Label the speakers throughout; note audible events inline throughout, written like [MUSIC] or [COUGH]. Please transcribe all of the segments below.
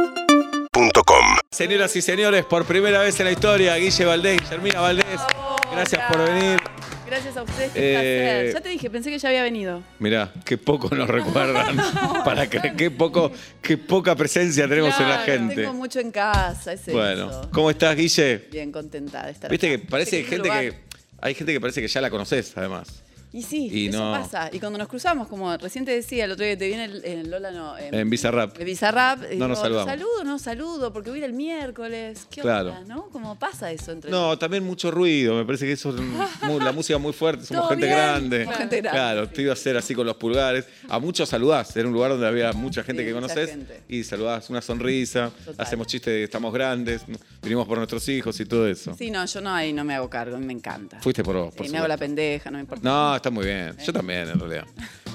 Speaker 1: UrbanaPlayFM.com
Speaker 2: Señoras y señores, por primera vez en la historia, Guille Valdés, Guillermina Valdés,
Speaker 3: Bravo,
Speaker 2: gracias
Speaker 3: bravo.
Speaker 2: por venir.
Speaker 3: Gracias a ustedes, qué
Speaker 2: Eh,
Speaker 3: placer. Ya te dije, pensé que ya había venido.
Speaker 2: Mirá, qué poco nos
Speaker 3: [LAUGHS]
Speaker 2: recuerdan. Para que, qué, poco, qué poca presencia tenemos en la
Speaker 3: Claro,
Speaker 2: gente.
Speaker 3: Tengo mucho en casa, es
Speaker 2: Bueno,
Speaker 3: eso.
Speaker 2: ¿cómo estás, Guille?
Speaker 3: Bien contenta de estar
Speaker 2: Viste que
Speaker 3: acá.
Speaker 2: parece
Speaker 3: Sé
Speaker 2: gente
Speaker 3: es un
Speaker 2: que. Hay gente que parece que ya la conoces, además.
Speaker 3: lugar- Y sí,
Speaker 2: y
Speaker 3: eso
Speaker 2: no-
Speaker 3: pasa. Y cuando nos cruzamos, como recién te decía, el otro día que te viene el, en Lola, no.
Speaker 2: En Bizarrap.
Speaker 3: de Bizarrap. y
Speaker 2: Em, No nos
Speaker 3: digo,
Speaker 2: saludamos.
Speaker 3: Saludo, no saludo, porque voy a ir el miércoles. ¿Qué
Speaker 2: Claro.
Speaker 3: onda? ¿No? Como pasa eso entre
Speaker 2: No, también mucho ruido. Me parece que eso es mu- la música muy fuerte. Somos
Speaker 3: [LAUGHS] Todo
Speaker 2: gente
Speaker 3: bien.
Speaker 2: grande.
Speaker 3: Somos gente grande,
Speaker 2: Claro, te iba a hacer así con los pulgares. A muchos saludás. Era un lugar donde había mucha gente
Speaker 3: Sí,
Speaker 2: que
Speaker 3: mucha
Speaker 2: conoces.
Speaker 3: gente.
Speaker 2: Y saludás una sonrisa.
Speaker 3: Total.
Speaker 2: Hacemos chistes de que estamos grandes. Vinimos por nuestros hijos y todo eso.
Speaker 3: Sí, no, yo no ahí no me hago cargo, me encanta.
Speaker 2: Fuiste por vos,
Speaker 3: Sí,
Speaker 2: por
Speaker 3: me hago la
Speaker 2: supuesto.
Speaker 3: pendeja, no me importa.
Speaker 2: No, está muy bien. Yo también, en realidad.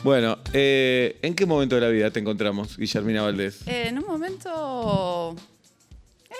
Speaker 2: Bueno, eh, ¿en qué momento de la vida te encontramos, Guillermina Valdés?
Speaker 3: Eh, en un momento.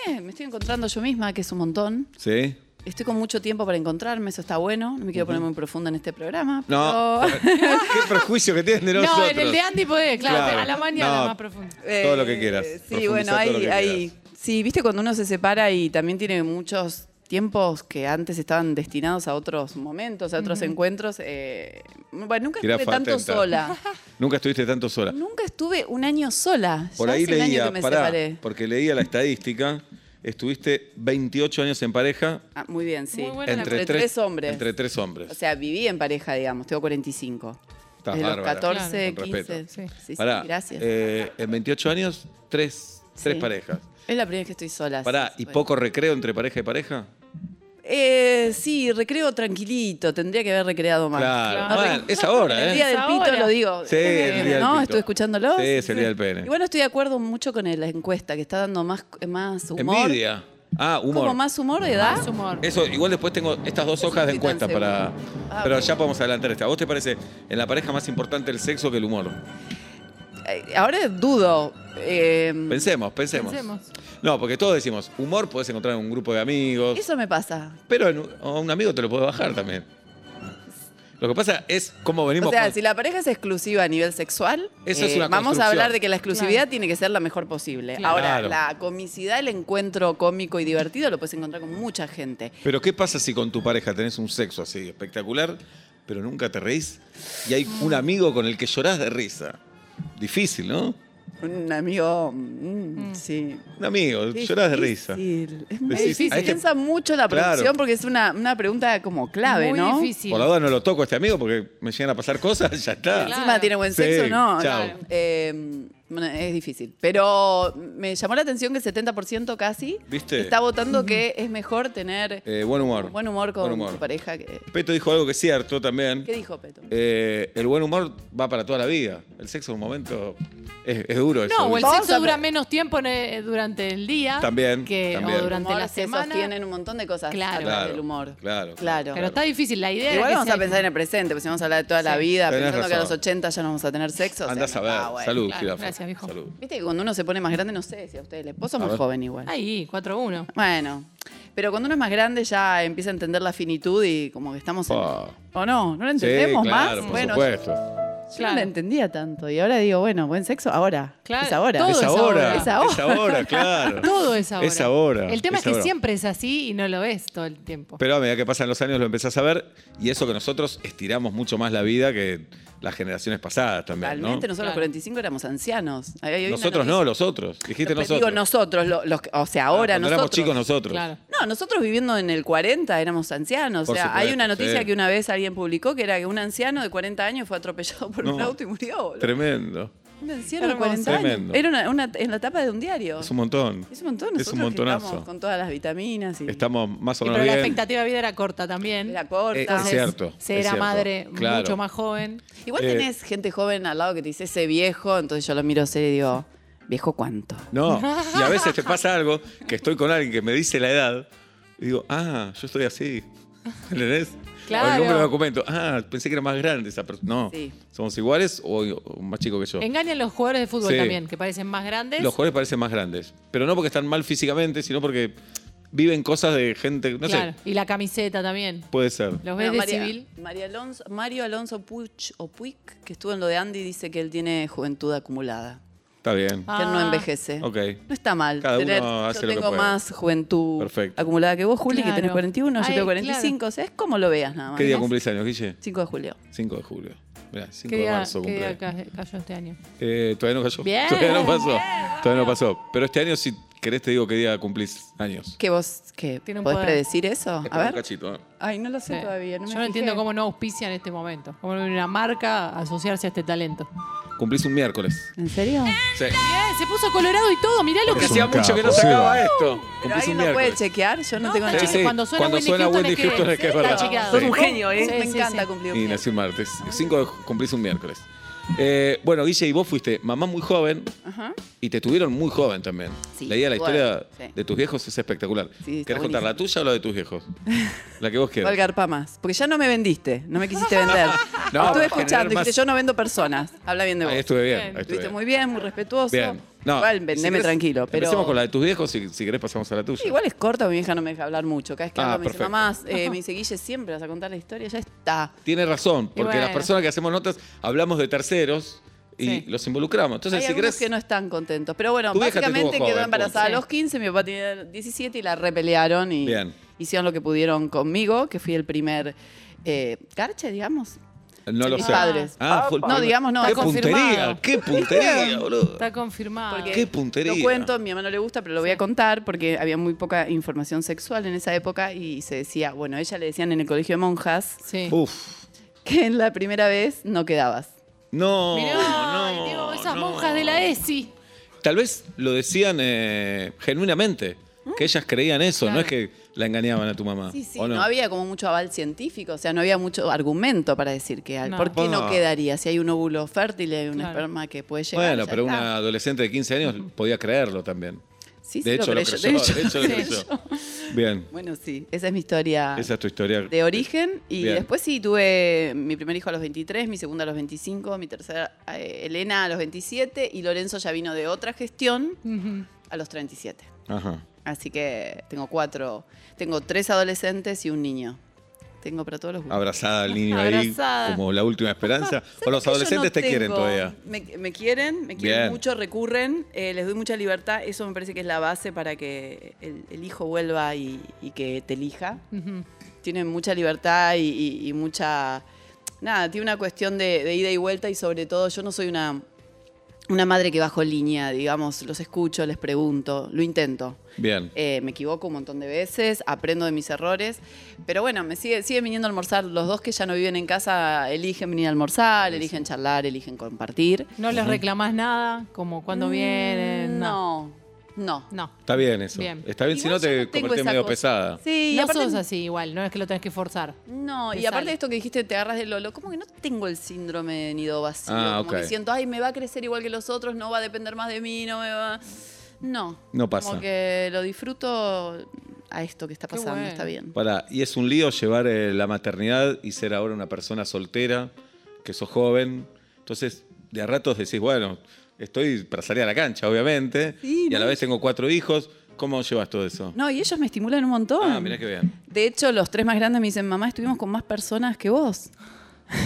Speaker 3: eh, me estoy encontrando yo misma, que es un montón.
Speaker 2: ¿Sí?
Speaker 3: Estoy con mucho tiempo para encontrarme, eso está bueno. No me quiero poner muy profunda en este programa.
Speaker 2: [LAUGHS] No.
Speaker 3: [LAUGHS] pero-
Speaker 2: ¿Qué prejuicio que tienen de nosotros?
Speaker 4: No, en el de Andy podés, claro,
Speaker 2: Claro.
Speaker 4: a la mañana
Speaker 2: No.
Speaker 4: más profundo.
Speaker 2: Todo lo que quieras.
Speaker 3: Eh, Sí,
Speaker 2: Profundiza
Speaker 3: bueno,
Speaker 2: todo lo
Speaker 3: ahí,
Speaker 2: que
Speaker 3: ahí. Sí, viste cuando uno se separa y también tiene muchos tiempos que antes estaban destinados a otros momentos, a otros encuentros. eh, bueno, nunca
Speaker 2: Jirafa
Speaker 3: estuve tanto
Speaker 2: atenta. [LAUGHS]
Speaker 3: sola.
Speaker 2: Nunca estuviste tanto sola.
Speaker 3: nunca estuve un año sola.
Speaker 2: Por
Speaker 3: Ya
Speaker 2: ahí
Speaker 3: hace un año
Speaker 2: leía,
Speaker 3: que me
Speaker 2: pará,
Speaker 3: separé.
Speaker 2: porque leía la estadística, estuviste 28 años en pareja
Speaker 3: Ah, muy bien, sí.
Speaker 4: Muy buena la
Speaker 2: entre
Speaker 3: Entre
Speaker 2: tres,
Speaker 3: tres hombres.
Speaker 2: Entre tres hombres.
Speaker 3: O sea, viví en pareja, digamos, tengo 45.
Speaker 2: Estás
Speaker 3: Desde los
Speaker 2: bárbara.
Speaker 3: 14,
Speaker 2: Con
Speaker 3: 15.
Speaker 2: respeto.
Speaker 3: Sí, sí,
Speaker 2: Pará,
Speaker 3: gracias.
Speaker 2: eh, en 28 años, tres, tres
Speaker 3: Sí.
Speaker 2: parejas.
Speaker 3: es la primera vez que estoy sola.
Speaker 2: Pará,
Speaker 3: sí,
Speaker 2: ¿y
Speaker 3: bueno.
Speaker 2: poco recreo entre pareja y pareja?
Speaker 3: Eh, sí, recreo tranquilito, tendría que haber recreado más.
Speaker 2: Claro.
Speaker 3: No,
Speaker 2: Bueno,
Speaker 3: re-
Speaker 2: es ahora,
Speaker 3: El
Speaker 2: ¿eh?
Speaker 3: día del
Speaker 4: Es
Speaker 3: pito
Speaker 4: ahora.
Speaker 3: lo digo.
Speaker 2: Sí, el día del
Speaker 3: ¿No?
Speaker 2: pito.
Speaker 3: Estuve escuchándolo.
Speaker 2: Sí, es el día del pene.
Speaker 3: Igual no estoy de acuerdo mucho con la encuesta, que está dando más, más humor.
Speaker 2: Envidia. Ah, humor.
Speaker 3: Como más humor de edad.
Speaker 4: Es humor.
Speaker 2: Eso, igual después tengo estas dos hojas de
Speaker 3: estoy tan
Speaker 2: encuesta para.
Speaker 3: Ah,
Speaker 2: pero
Speaker 3: ok.
Speaker 2: ya podemos adelantar esta. ¿A vos te parece en la pareja más importante el sexo que el humor?
Speaker 3: Mm. Eh, Ahora dudo. eh,
Speaker 2: Pensemos, pensemos.
Speaker 4: Pensemos.
Speaker 2: No, porque todos decimos, humor podés encontrar en un grupo de amigos.
Speaker 3: eso me pasa.
Speaker 2: Pero en- a un amigo te lo puede bajar también. Lo que pasa es cómo venimos.
Speaker 3: O sea,
Speaker 2: con-
Speaker 3: si la pareja es exclusiva a nivel sexual, eh,
Speaker 2: Eso es una
Speaker 3: vamos
Speaker 2: construcción.
Speaker 3: a hablar de que la exclusividad
Speaker 4: Claro.
Speaker 3: tiene que ser la mejor posible.
Speaker 4: Claro.
Speaker 3: Ahora,
Speaker 2: Claro.
Speaker 3: la comicidad, el encuentro cómico y divertido lo puedes encontrar con mucha gente.
Speaker 2: Pero ¿qué pasa si con tu pareja tenés un sexo así espectacular, pero nunca te reís? Y hay un amigo con el que llorás de risa. Difícil, ¿no?
Speaker 3: Un amigo, mm,
Speaker 4: Mm.
Speaker 3: sí.
Speaker 2: Un amigo, llorás de risa.
Speaker 3: Difícil. Es muy
Speaker 2: Decís,
Speaker 3: difícil.
Speaker 2: a este-
Speaker 3: Piensa mucho la
Speaker 2: Claro.
Speaker 3: producción porque es una, una pregunta como clave,
Speaker 4: Muy
Speaker 3: ¿no?
Speaker 4: difícil.
Speaker 2: Por la duda no lo toco a este amigo porque me llegan a pasar cosas, [LAUGHS] ya está.
Speaker 4: Claro.
Speaker 3: Encima tiene buen
Speaker 2: Sí,
Speaker 3: sexo, ¿no?
Speaker 2: chao.
Speaker 3: Eh, bueno, es difícil. Pero me llamó la atención que el 70% casi
Speaker 2: ¿Viste?
Speaker 3: está votando que es mejor tener
Speaker 2: Eh, buen humor.
Speaker 3: buen humor con
Speaker 2: Buen
Speaker 3: su pareja. Que,
Speaker 2: Peto dijo algo que es cierto también.
Speaker 3: ¿Qué dijo Peto?
Speaker 2: Eh, el buen humor va para toda la vida. El sexo en un momento es, es duro eso.
Speaker 4: No, o el
Speaker 2: ¿viste?
Speaker 3: Vamos a-
Speaker 4: sexo dura menos tiempo en el- durante el día.
Speaker 2: También,
Speaker 4: Que,
Speaker 2: también.
Speaker 4: O durante
Speaker 3: Humor
Speaker 4: la
Speaker 3: se
Speaker 4: semana.
Speaker 3: sostienen un montón de cosas
Speaker 4: Claro.
Speaker 3: a través
Speaker 2: Claro,
Speaker 3: del humor.
Speaker 2: claro,
Speaker 3: Claro.
Speaker 4: Pero está difícil la idea.
Speaker 3: Igual
Speaker 4: de que
Speaker 3: vamos a
Speaker 4: sea-
Speaker 3: pensar en el presente, porque si vamos a hablar de toda la
Speaker 4: Sí.
Speaker 3: vida,
Speaker 2: Tenés
Speaker 3: pensando que a los
Speaker 2: razón.
Speaker 3: 80 ya no vamos a tener sexo. o sea,
Speaker 2: Andás
Speaker 3: no
Speaker 2: a ver.
Speaker 3: está Ah, bueno.
Speaker 2: Salud,
Speaker 4: Claro,
Speaker 2: jirafa.
Speaker 4: gracias, viejo.
Speaker 2: Salud.
Speaker 3: Viste que cuando uno se pone más grande, no sé si a ustedes les vos sos
Speaker 2: A
Speaker 3: más
Speaker 2: ver.
Speaker 3: joven igual.
Speaker 4: Ahí, 4-1.
Speaker 3: Bueno, pero cuando uno es más grande ya empieza a entender la finitud y como que estamos en-
Speaker 2: Ah.
Speaker 3: ¿O no? ¿No lo
Speaker 2: Sí,
Speaker 3: entendemos
Speaker 2: claro,
Speaker 3: más?
Speaker 2: por
Speaker 3: bueno,
Speaker 2: supuesto.
Speaker 3: yo no
Speaker 4: Claro.
Speaker 3: la entendía tanto y ahora digo, bueno, buen sexo ahora.
Speaker 4: Claro,
Speaker 3: es ahora.
Speaker 4: todo
Speaker 2: Es ahora,
Speaker 3: Es ahora.
Speaker 2: es ahora, claro.
Speaker 4: [LAUGHS] Todo es ahora.
Speaker 2: Es ahora.
Speaker 4: El tema es, que
Speaker 2: ahora.
Speaker 4: siempre es así y no lo es todo el tiempo.
Speaker 2: Pero a medida que pasan los años lo empezás a ver y eso que nosotros estiramos mucho más la vida que las generaciones pasadas también, ¿no?
Speaker 3: Realmente nosotros a los
Speaker 4: Claro.
Speaker 3: 45 éramos ancianos. Ahí hay una
Speaker 2: Nosotros
Speaker 3: noticia-
Speaker 2: no, los otros. Dijiste
Speaker 3: Pero
Speaker 2: nosotros. Ah,
Speaker 3: Digo nosotros, lo- los, o sea, ahora
Speaker 2: Cuando
Speaker 3: nosotros.
Speaker 2: éramos chicos nosotros.
Speaker 4: Claro.
Speaker 3: No, nosotros viviendo en el 40 éramos ancianos.
Speaker 2: Por
Speaker 3: o sea,
Speaker 2: supuesto,
Speaker 3: hay una noticia
Speaker 2: sí.
Speaker 3: que una vez alguien publicó que era que un anciano de 40 años fue atropellado por un
Speaker 2: No.
Speaker 3: auto y murió. boludo.
Speaker 2: Tremendo.
Speaker 3: Un anciano de
Speaker 4: Hermoso.
Speaker 3: 40
Speaker 2: Tremendo.
Speaker 3: años. Era una, una- en la tapa de un diario.
Speaker 2: Es un montón.
Speaker 3: Es un montón.
Speaker 2: Es un
Speaker 3: nosotros que estamos
Speaker 2: montonazo.
Speaker 3: Con todas las vitaminas y
Speaker 2: Estamos más o
Speaker 4: Y
Speaker 2: menos
Speaker 4: pero la
Speaker 2: bien.
Speaker 4: expectativa de vida era corta también.
Speaker 3: la
Speaker 2: Eh,
Speaker 3: corta.
Speaker 2: es cierto.
Speaker 4: Se
Speaker 2: es
Speaker 4: era
Speaker 2: cierto.
Speaker 4: madre
Speaker 2: Claro.
Speaker 4: mucho más joven.
Speaker 3: Igual
Speaker 2: Eh,
Speaker 3: tenés gente joven al lado que te dice ese viejo, entonces yo lo miro serio y digo, viejo cuánto.
Speaker 2: No, y a
Speaker 4: [LAUGHS]
Speaker 2: veces te pasa algo que estoy con alguien que me dice la edad y digo, ah, yo estoy
Speaker 4: [LAUGHS]
Speaker 2: así. ¿Entendés? O el
Speaker 4: Claro.
Speaker 2: número de documento. Ah, pensé que era más grande esa persona. No,
Speaker 3: Sí.
Speaker 2: somos iguales o o más chico que yo.
Speaker 4: Engañan los jugadores de fútbol
Speaker 2: Sí.
Speaker 4: también, que parecen más grandes.
Speaker 2: Los jugadores parecen más grandes, pero no porque están mal físicamente, sino porque viven cosas de gente, no
Speaker 4: claro.
Speaker 2: sé,
Speaker 4: Y la camiseta también.
Speaker 2: puede ser.
Speaker 4: Los ves
Speaker 3: Bueno,
Speaker 4: de
Speaker 3: María-
Speaker 4: civil.
Speaker 3: María Alonso, Mario Alonso Puig, o Puig, que estuvo en lo de Andy, dice que él tiene juventud acumulada.
Speaker 2: Está bien.
Speaker 4: Ah.
Speaker 3: que no envejece.
Speaker 2: Ok.
Speaker 3: No está mal.
Speaker 2: Cada uno
Speaker 3: tener-
Speaker 2: hace
Speaker 3: yo
Speaker 2: lo que
Speaker 3: tengo
Speaker 2: puede.
Speaker 3: más juventud
Speaker 2: Perfecto.
Speaker 3: acumulada que vos, Juli, que tenés
Speaker 4: Claro.
Speaker 3: 41, yo
Speaker 4: Ay,
Speaker 3: tengo
Speaker 4: claro.
Speaker 3: 45. O sea, es como lo veas nada más.
Speaker 2: ¿Qué día cumplís años, Guille?
Speaker 3: 5 de julio.
Speaker 2: 5 de julio. Mirá, 5
Speaker 4: ¿Qué
Speaker 2: de
Speaker 4: día,
Speaker 2: marzo
Speaker 4: qué
Speaker 2: cumple.
Speaker 4: día ca- cayó este año?
Speaker 2: Eh, todavía no cayó.
Speaker 4: Bien.
Speaker 2: [LAUGHS] Todavía no pasó. Todavía no pasó. Pero este año, si querés, te digo qué día cumplís años.
Speaker 3: ¿Qué vos qué,
Speaker 4: Tiene
Speaker 3: podés
Speaker 4: un poder.
Speaker 3: predecir eso?
Speaker 2: Espera
Speaker 3: A
Speaker 2: Un
Speaker 3: ver.
Speaker 2: cachito, ¿eh?
Speaker 3: Ay, no lo sé
Speaker 4: Sí.
Speaker 3: todavía. No me
Speaker 4: Yo no
Speaker 3: fijé.
Speaker 4: entiendo cómo no auspicia en este momento. Cómo no viene una marca a asociarse a este talento.
Speaker 2: Cumplís un miércoles.
Speaker 3: ¿En serio?
Speaker 2: Sí.
Speaker 4: Bien, se puso colorado y todo. Mirá lo
Speaker 2: Porque
Speaker 4: que...
Speaker 1: Es
Speaker 2: hacía
Speaker 1: un
Speaker 2: mucho que no
Speaker 1: capo,
Speaker 2: sacaba esto.
Speaker 3: Pero
Speaker 2: Cumplís un
Speaker 3: alguien no puede
Speaker 2: miércoles.
Speaker 3: chequear, yo no,
Speaker 4: No,
Speaker 3: tengo
Speaker 4: pero
Speaker 3: nada.
Speaker 2: Sí, sí.
Speaker 4: Cuando suena Whitney Houston es que-
Speaker 2: Houston es que es
Speaker 4: Está
Speaker 2: verdad.
Speaker 4: chequeado.
Speaker 3: Sos
Speaker 2: Sí.
Speaker 3: un genio, ¿eh?
Speaker 4: Sí,
Speaker 3: me
Speaker 4: sí,
Speaker 3: encanta
Speaker 4: sí.
Speaker 3: cumplir un
Speaker 2: Y
Speaker 3: genio.
Speaker 2: nací un martes. 5 de ju- cumplís un miércoles. Eh, bueno, Guille, y vos fuiste mamá muy joven
Speaker 3: Ajá.
Speaker 2: y te tuvieron muy joven también.
Speaker 3: Ah. Sí,
Speaker 2: Leía la
Speaker 3: bueno,
Speaker 2: historia
Speaker 3: sí.
Speaker 2: de tus viejos, es espectacular.
Speaker 3: Sí, está
Speaker 2: ¿Querés contar la tuya o la de tus
Speaker 3: [LAUGHS]
Speaker 2: viejos? La que vos quieras.
Speaker 3: Valgar pa' más. Porque ya no me vendiste, no
Speaker 2: [LAUGHS]
Speaker 3: me quisiste vender.
Speaker 2: No, para
Speaker 3: Estuve
Speaker 2: generar
Speaker 3: escuchando,
Speaker 2: más-
Speaker 3: dijiste, yo no vendo personas. Habla bien de vos.
Speaker 2: Ahí estuve bien.
Speaker 4: Bien.
Speaker 2: ahí estuve
Speaker 3: Estuviste
Speaker 2: bien.
Speaker 3: muy bien, muy respetuoso.
Speaker 2: Bien. No,
Speaker 3: igual,
Speaker 2: si
Speaker 3: vendeme
Speaker 2: querés,
Speaker 3: tranquilo. Pero
Speaker 2: Empecemos con la de tus viejos, si, si querés pasamos a la tuya.
Speaker 3: Sí, igual es corta, mi vieja no me deja hablar mucho. Cada vez que
Speaker 2: Ah,
Speaker 3: hablo me dice,
Speaker 2: perfecto.
Speaker 3: mamá, eh, me dice, Guille, siempre vas a contar la historia, ya está.
Speaker 2: Tiene razón, porque
Speaker 4: bueno.
Speaker 2: las personas que hacemos notas hablamos de terceros y
Speaker 4: Sí.
Speaker 2: los involucramos. Entonces,
Speaker 3: Hay
Speaker 2: si
Speaker 3: algunos
Speaker 2: querés...
Speaker 3: que no están contentos. Pero bueno,
Speaker 2: Tu vieja te tuvo
Speaker 3: básicamente
Speaker 2: joven,
Speaker 3: quedó embarazada a
Speaker 4: punto.
Speaker 3: los 15, mi papá tenía 17 y la repelearon y
Speaker 2: Bien.
Speaker 3: hicieron lo que pudieron conmigo, que fui el primer eh, garche, digamos.
Speaker 2: No lo
Speaker 3: mis
Speaker 2: sé.
Speaker 3: padres.
Speaker 2: Ah, fue el
Speaker 3: No,
Speaker 2: primer-
Speaker 3: digamos, no,
Speaker 2: ¡Qué
Speaker 3: está
Speaker 2: puntería!
Speaker 4: confirmado.
Speaker 2: ¡Qué puntería, boludo!
Speaker 4: Está confirmado.
Speaker 3: Porque
Speaker 2: ¡Qué puntería!
Speaker 3: Lo cuento, mi mamá no le gusta, pero lo voy a contar porque había muy poca información sexual en esa época y se decía, bueno, a ella le decían en el colegio de monjas
Speaker 4: Sí.
Speaker 2: Uf.
Speaker 3: que en la primera vez no quedabas.
Speaker 2: No,
Speaker 4: Mirá,
Speaker 2: no,
Speaker 4: Diego, esas
Speaker 2: no.
Speaker 4: monjas de la ESI.
Speaker 2: Tal vez lo decían eh, genuinamente, que ellas creían eso, no
Speaker 4: Claro.
Speaker 2: es que la engañaban a tu mamá.
Speaker 3: ¿Mm? Sí, sí,
Speaker 2: Ah, ¿o
Speaker 3: no?
Speaker 2: no?
Speaker 3: había como mucho aval científico, o sea, no había mucho argumento para decir que al-
Speaker 4: No.
Speaker 3: ¿Por qué no
Speaker 2: Ah.
Speaker 3: quedaría? Si hay un óvulo fértil, hay un
Speaker 4: Claro.
Speaker 3: esperma que puede llegar.
Speaker 2: Bueno,
Speaker 3: ya
Speaker 2: pero
Speaker 3: está.
Speaker 2: una adolescente de 15 años podía creerlo también.
Speaker 3: Sí, sí,
Speaker 2: de, hecho, lo
Speaker 3: creyó,
Speaker 2: creyó,
Speaker 3: de hecho.
Speaker 2: de hecho lo creyó. Bien,
Speaker 3: Bueno, sí, esa es mi historia
Speaker 2: esa es tu historia.
Speaker 3: de origen. Y
Speaker 2: Bien.
Speaker 3: después sí, tuve mi primer hijo a los 23, mi segunda a los 25, mi tercera eh, Elena a los 27 y Lorenzo ya vino de otra gestión
Speaker 4: Ujú.
Speaker 3: a los 37.
Speaker 2: Ajá.
Speaker 3: Así que tengo cuatro, tengo tres adolescentes y un niño. Tengo para todos los gustos.
Speaker 2: Abrazada al niño ahí,
Speaker 4: Abrazada.
Speaker 2: como la última
Speaker 3: [LAUGHS]
Speaker 2: esperanza. O los
Speaker 3: que yo
Speaker 2: adolescentes
Speaker 3: no
Speaker 2: te quieren
Speaker 3: tengo-
Speaker 2: todavía.
Speaker 3: Me, me quieren, me quieren
Speaker 2: Bien.
Speaker 3: mucho, recurren, eh, les doy mucha libertad. Eso me parece que es la base para que el, el hijo vuelva y, y que te elija.
Speaker 4: Ujú.
Speaker 3: Tienen mucha libertad y, y- y mucha... Nada, tiene una cuestión de, de ida y vuelta y sobre todo yo no soy una, una madre que bajo línea, digamos, los escucho, les pregunto, lo intento.
Speaker 2: Bien.
Speaker 3: Eh, me equivoco un montón de veces, aprendo de mis errores, pero bueno, me sigue, sigue viniendo a almorzar. Los dos que ya no viven en casa eligen venir a almorzar, eligen charlar, eligen compartir.
Speaker 4: No les reclamás nada, como cuando vienen. No.
Speaker 3: No, Mm, no.
Speaker 4: No.
Speaker 2: Está bien eso.
Speaker 4: Bien.
Speaker 2: Está bien, si no
Speaker 3: Igual yo
Speaker 2: te
Speaker 3: tengo
Speaker 2: convertís
Speaker 3: esa
Speaker 2: medio
Speaker 3: cosa.
Speaker 2: pesada.
Speaker 3: Sí, y
Speaker 4: no
Speaker 3: aparte-
Speaker 4: sos así igual, no es que lo tenés que forzar.
Speaker 3: No,
Speaker 4: Te
Speaker 3: y aparte
Speaker 4: sale.
Speaker 3: de esto que dijiste, te agarras del lolo, como que no tengo el síndrome de nido vacío.
Speaker 2: Ah,
Speaker 3: como
Speaker 2: ok.
Speaker 3: que siento, ay, me va a crecer igual que los otros, no va a depender más de mí, no me va. No.
Speaker 2: No pasa.
Speaker 3: Como que lo disfruto a esto que está
Speaker 4: Qué
Speaker 3: pasando,
Speaker 4: bueno.
Speaker 3: está bien.
Speaker 2: Pará, y es un lío llevar eh, la maternidad y ser ahora una persona soltera, que sos joven. Entonces, de a ratos decís, bueno, estoy para salir a la cancha, obviamente.
Speaker 3: Sí,
Speaker 2: y a la
Speaker 3: no.
Speaker 2: vez tengo cuatro hijos. ¿Cómo llevas todo eso?
Speaker 3: No, y ellos me estimulan un montón.
Speaker 2: Ah, mirá que bien.
Speaker 3: De hecho, los tres más grandes me dicen, mamá, estuvimos con más personas que vos.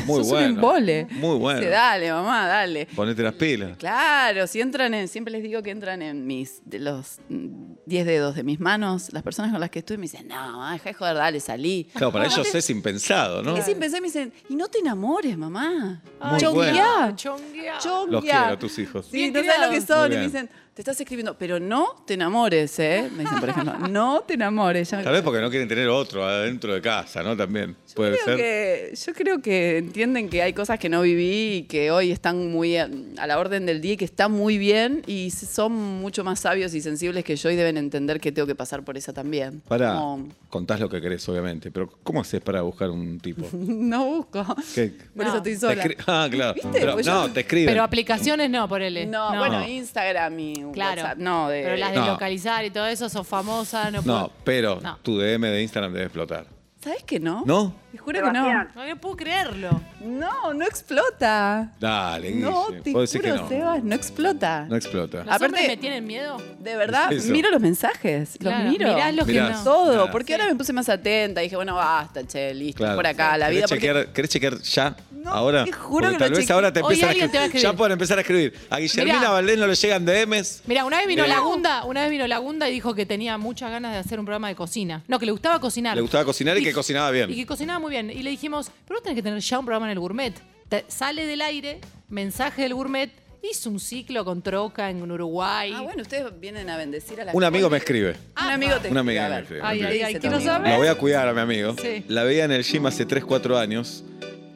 Speaker 2: Muy
Speaker 3: Sos
Speaker 2: bueno.
Speaker 3: un embole.
Speaker 2: Muy bueno.
Speaker 3: Dice, dale, mamá, dale.
Speaker 2: Ponete las pilas.
Speaker 3: Claro, si entran en, siempre les digo que entran en mis, de los mm, 10 dedos de mis manos, las personas con las que estuve me dicen, no, mamá, dejá de joder, dale, salí.
Speaker 2: Claro, para ellos es impensado, ¿no?
Speaker 3: Y sin pensar me dicen, y no te enamores, mamá.
Speaker 2: Muy
Speaker 3: Chongueá,
Speaker 4: Chongueá.
Speaker 3: chongueá".
Speaker 2: Los quiero, tus hijos.
Speaker 3: Sí,
Speaker 4: Bien
Speaker 3: no sabes lo que
Speaker 4: criados.
Speaker 3: son.
Speaker 2: Muy
Speaker 3: Y me
Speaker 2: bien.
Speaker 3: dicen, te estás escribiendo, pero no te enamores, ¿eh? Me dicen, por ejemplo, no te enamores. Ya me-
Speaker 2: Tal vez porque no quieren tener otro adentro de casa, ¿no? También puede
Speaker 3: creo
Speaker 2: ser.
Speaker 3: que- yo creo que entienden que hay cosas que no viví y que hoy están muy a, a la orden del día y que están muy bien y s- son mucho más sabios y sensibles que yo y deben entender que tengo que pasar por esa también.
Speaker 2: Pará,
Speaker 3: Como, [LAUGHS]
Speaker 2: contás lo que querés, obviamente, pero ¿cómo haces para buscar un
Speaker 3: [LAUGHS]
Speaker 2: tipo?
Speaker 3: no busco.
Speaker 2: ¿Qué?
Speaker 3: Por
Speaker 4: No.
Speaker 3: eso estoy
Speaker 2: Te
Speaker 3: sola.
Speaker 2: escri- ah, claro.
Speaker 3: ¿Viste?
Speaker 2: Pero-
Speaker 3: Pues yo-
Speaker 2: no, te escriben.
Speaker 4: Pero aplicaciones no, por él.
Speaker 3: No, bueno, Instagram y
Speaker 4: Claro.
Speaker 3: WhatsApp. No, de,
Speaker 4: Pero las de
Speaker 2: No.
Speaker 4: localizar y todo eso, sos famosa,
Speaker 2: No,
Speaker 4: no, puedo-
Speaker 2: pero
Speaker 4: No.
Speaker 2: tu DM de Instagram debe explotar.
Speaker 3: ¿Sabes que no?
Speaker 2: ¿No?
Speaker 3: Te juro que no.
Speaker 1: Sebastián.
Speaker 4: No puedo creerlo.
Speaker 3: No, no explota.
Speaker 2: Dale,
Speaker 3: No,
Speaker 2: Guille, puedo
Speaker 3: te juro,
Speaker 2: decir que no.
Speaker 3: Sebas, no explota.
Speaker 2: No explota.
Speaker 4: ¿Los
Speaker 3: Aparte-
Speaker 4: hombres me tienen miedo?
Speaker 3: De verdad,
Speaker 2: Eso.
Speaker 3: miro los mensajes.
Speaker 4: Claro,
Speaker 3: los miro.
Speaker 4: mirá los
Speaker 2: Mirá.
Speaker 4: que no.
Speaker 3: Todo.
Speaker 2: Claro.
Speaker 3: Porque ahora me puse más atenta. Dije, bueno, basta, che, listo.
Speaker 2: Claro,
Speaker 3: por acá,
Speaker 2: claro.
Speaker 3: la vida.
Speaker 2: ¿Querés
Speaker 3: porque-
Speaker 2: chequear, ¿Querés chequear ya?
Speaker 3: No,
Speaker 2: ahora.
Speaker 3: te juro
Speaker 2: Porque
Speaker 3: que
Speaker 2: tal
Speaker 3: lo
Speaker 2: vez
Speaker 3: chequeé.
Speaker 2: ahora te
Speaker 4: Hoy
Speaker 2: empiezan a
Speaker 4: alguien te va a
Speaker 2: escribir.
Speaker 4: escribir.
Speaker 2: Ya pueden empezar a escribir. A Guillermina
Speaker 4: Mirá.
Speaker 2: Valdés no le llegan DMs.
Speaker 4: Mira, una vez vino
Speaker 2: Eh.
Speaker 4: la Gunda, una vez vino la Gunda y dijo que tenía muchas ganas de hacer un programa de cocina. No, que le gustaba cocinar.
Speaker 2: Le gustaba cocinar y que cocinaba bien.
Speaker 4: Y que cocinaba muy bien. Y le dijimos, pero vos tenés que tener ya un programa en el gourmet. Te- sale del aire, mensaje del gourmet, hizo un ciclo con troca en Uruguay.
Speaker 3: Ah, bueno, ustedes vienen a bendecir a la
Speaker 2: Un amigo
Speaker 3: gente.
Speaker 2: me escribe.
Speaker 3: Un amigo te
Speaker 2: Un amigo
Speaker 3: escribe,
Speaker 2: me
Speaker 3: a ver.
Speaker 2: escribe.
Speaker 4: Ay, ay, ay,
Speaker 3: Dice tu
Speaker 4: quiero
Speaker 3: amigo.
Speaker 4: saber.
Speaker 2: La voy a cuidar a mi amigo.
Speaker 4: Sí.
Speaker 2: La veía en el gym hace 3, 4 años.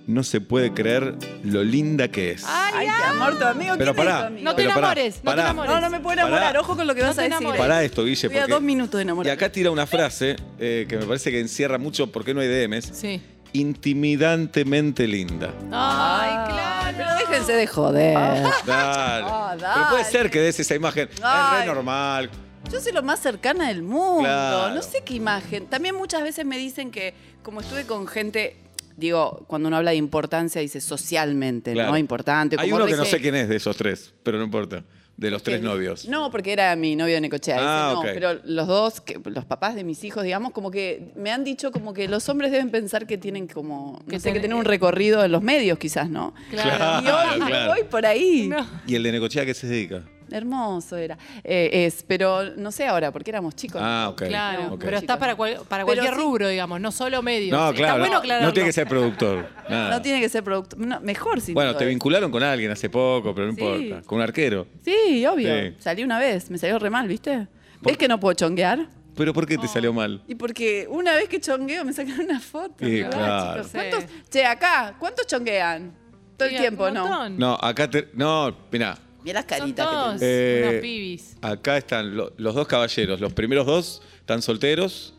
Speaker 2: No se puede creer lo linda que es.
Speaker 3: Ay, qué amor, tu amigo.
Speaker 2: Pero
Speaker 3: ¿quién
Speaker 2: pará,
Speaker 3: es tu amigo?
Speaker 4: No te
Speaker 2: Pero pará,
Speaker 4: enamores, no te
Speaker 2: pará.
Speaker 4: enamores.
Speaker 3: No, no me puedo enamorar.
Speaker 2: Pará.
Speaker 3: Ojo con lo que
Speaker 4: No
Speaker 3: vas a
Speaker 4: te
Speaker 3: decir.
Speaker 4: enamores.
Speaker 2: Pará esto, Guille.
Speaker 3: Estoy a
Speaker 2: porque-
Speaker 3: dos minutos de enamorar.
Speaker 2: Y acá tira una frase eh, que me parece que encierra mucho porque no hay DMs.
Speaker 4: Sí.
Speaker 2: Intimidantemente linda.
Speaker 4: Ay, claro.
Speaker 3: Pero déjense de joder.
Speaker 2: Dale.
Speaker 3: Ah, dale.
Speaker 2: Pero puede ser que des esa imagen. Es
Speaker 3: Ay.
Speaker 2: re normal.
Speaker 3: Yo soy lo más cercana del mundo.
Speaker 2: Claro.
Speaker 3: No sé qué imagen. También muchas veces me dicen que, como estuve con gente, digo, cuando uno habla de importancia, dice socialmente,
Speaker 2: Claro.
Speaker 3: ¿no? Importante.
Speaker 2: Hay
Speaker 3: como
Speaker 2: uno que no
Speaker 3: dice-
Speaker 2: sé quién es de esos tres, pero no importa. De los tres novios.
Speaker 3: No, porque era mi novio de Necochea. dice,
Speaker 2: Ah,
Speaker 3: no,
Speaker 2: ok.
Speaker 3: pero los dos, que- los papás de mis hijos, digamos, como que me han dicho como que los hombres deben pensar que tienen como, no
Speaker 4: Que
Speaker 3: sé, que
Speaker 4: tenés-
Speaker 3: tienen un recorrido en los medios, quizás, ¿no?
Speaker 4: Claro.
Speaker 3: Y hoy
Speaker 2: Claro, claro.
Speaker 3: voy por ahí.
Speaker 4: No.
Speaker 2: ¿Y el de Necochea qué se dedica?
Speaker 3: Hermoso era. Eh, es, pero no sé ahora, porque éramos chicos.
Speaker 2: Ah, ok.
Speaker 4: Claro,
Speaker 2: ok.
Speaker 4: pero estás para, cual-
Speaker 3: Pero
Speaker 4: para cualquier
Speaker 3: sí.
Speaker 4: rubro, digamos, no solo medio.
Speaker 2: No, claro.
Speaker 4: Está bueno
Speaker 2: no-
Speaker 4: aclararlo.
Speaker 2: no tiene que ser productor. nada.
Speaker 3: No tiene que ser producto. no, mejor si
Speaker 2: Bueno, te vincularon con alguien hace poco, pero no importa. Con un arquero.
Speaker 3: Sí, obvio.
Speaker 2: Sí.
Speaker 3: Salí una vez, me salió re mal, ¿viste?
Speaker 2: Por-
Speaker 3: ¿Ves que no puedo chonguear?
Speaker 2: ¿Pero por qué te salió mal?
Speaker 3: Y porque una vez que chongueo me sacan una foto.
Speaker 2: Sí,
Speaker 3: ¿verdad,
Speaker 2: claro.
Speaker 3: chicos? ¿Cuántos- che, acá, ¿cuántos chonguean? Todo el
Speaker 4: Sí,
Speaker 3: tiempo,
Speaker 4: un
Speaker 3: ¿no?
Speaker 4: montón.
Speaker 2: No, acá te. No, mirá.
Speaker 3: Mirá las
Speaker 4: Son
Speaker 3: caritas que
Speaker 4: todos
Speaker 3: tenés.
Speaker 2: Eh,
Speaker 4: unos pibis.
Speaker 2: Acá están lo- los dos caballeros. Los primeros dos están solteros.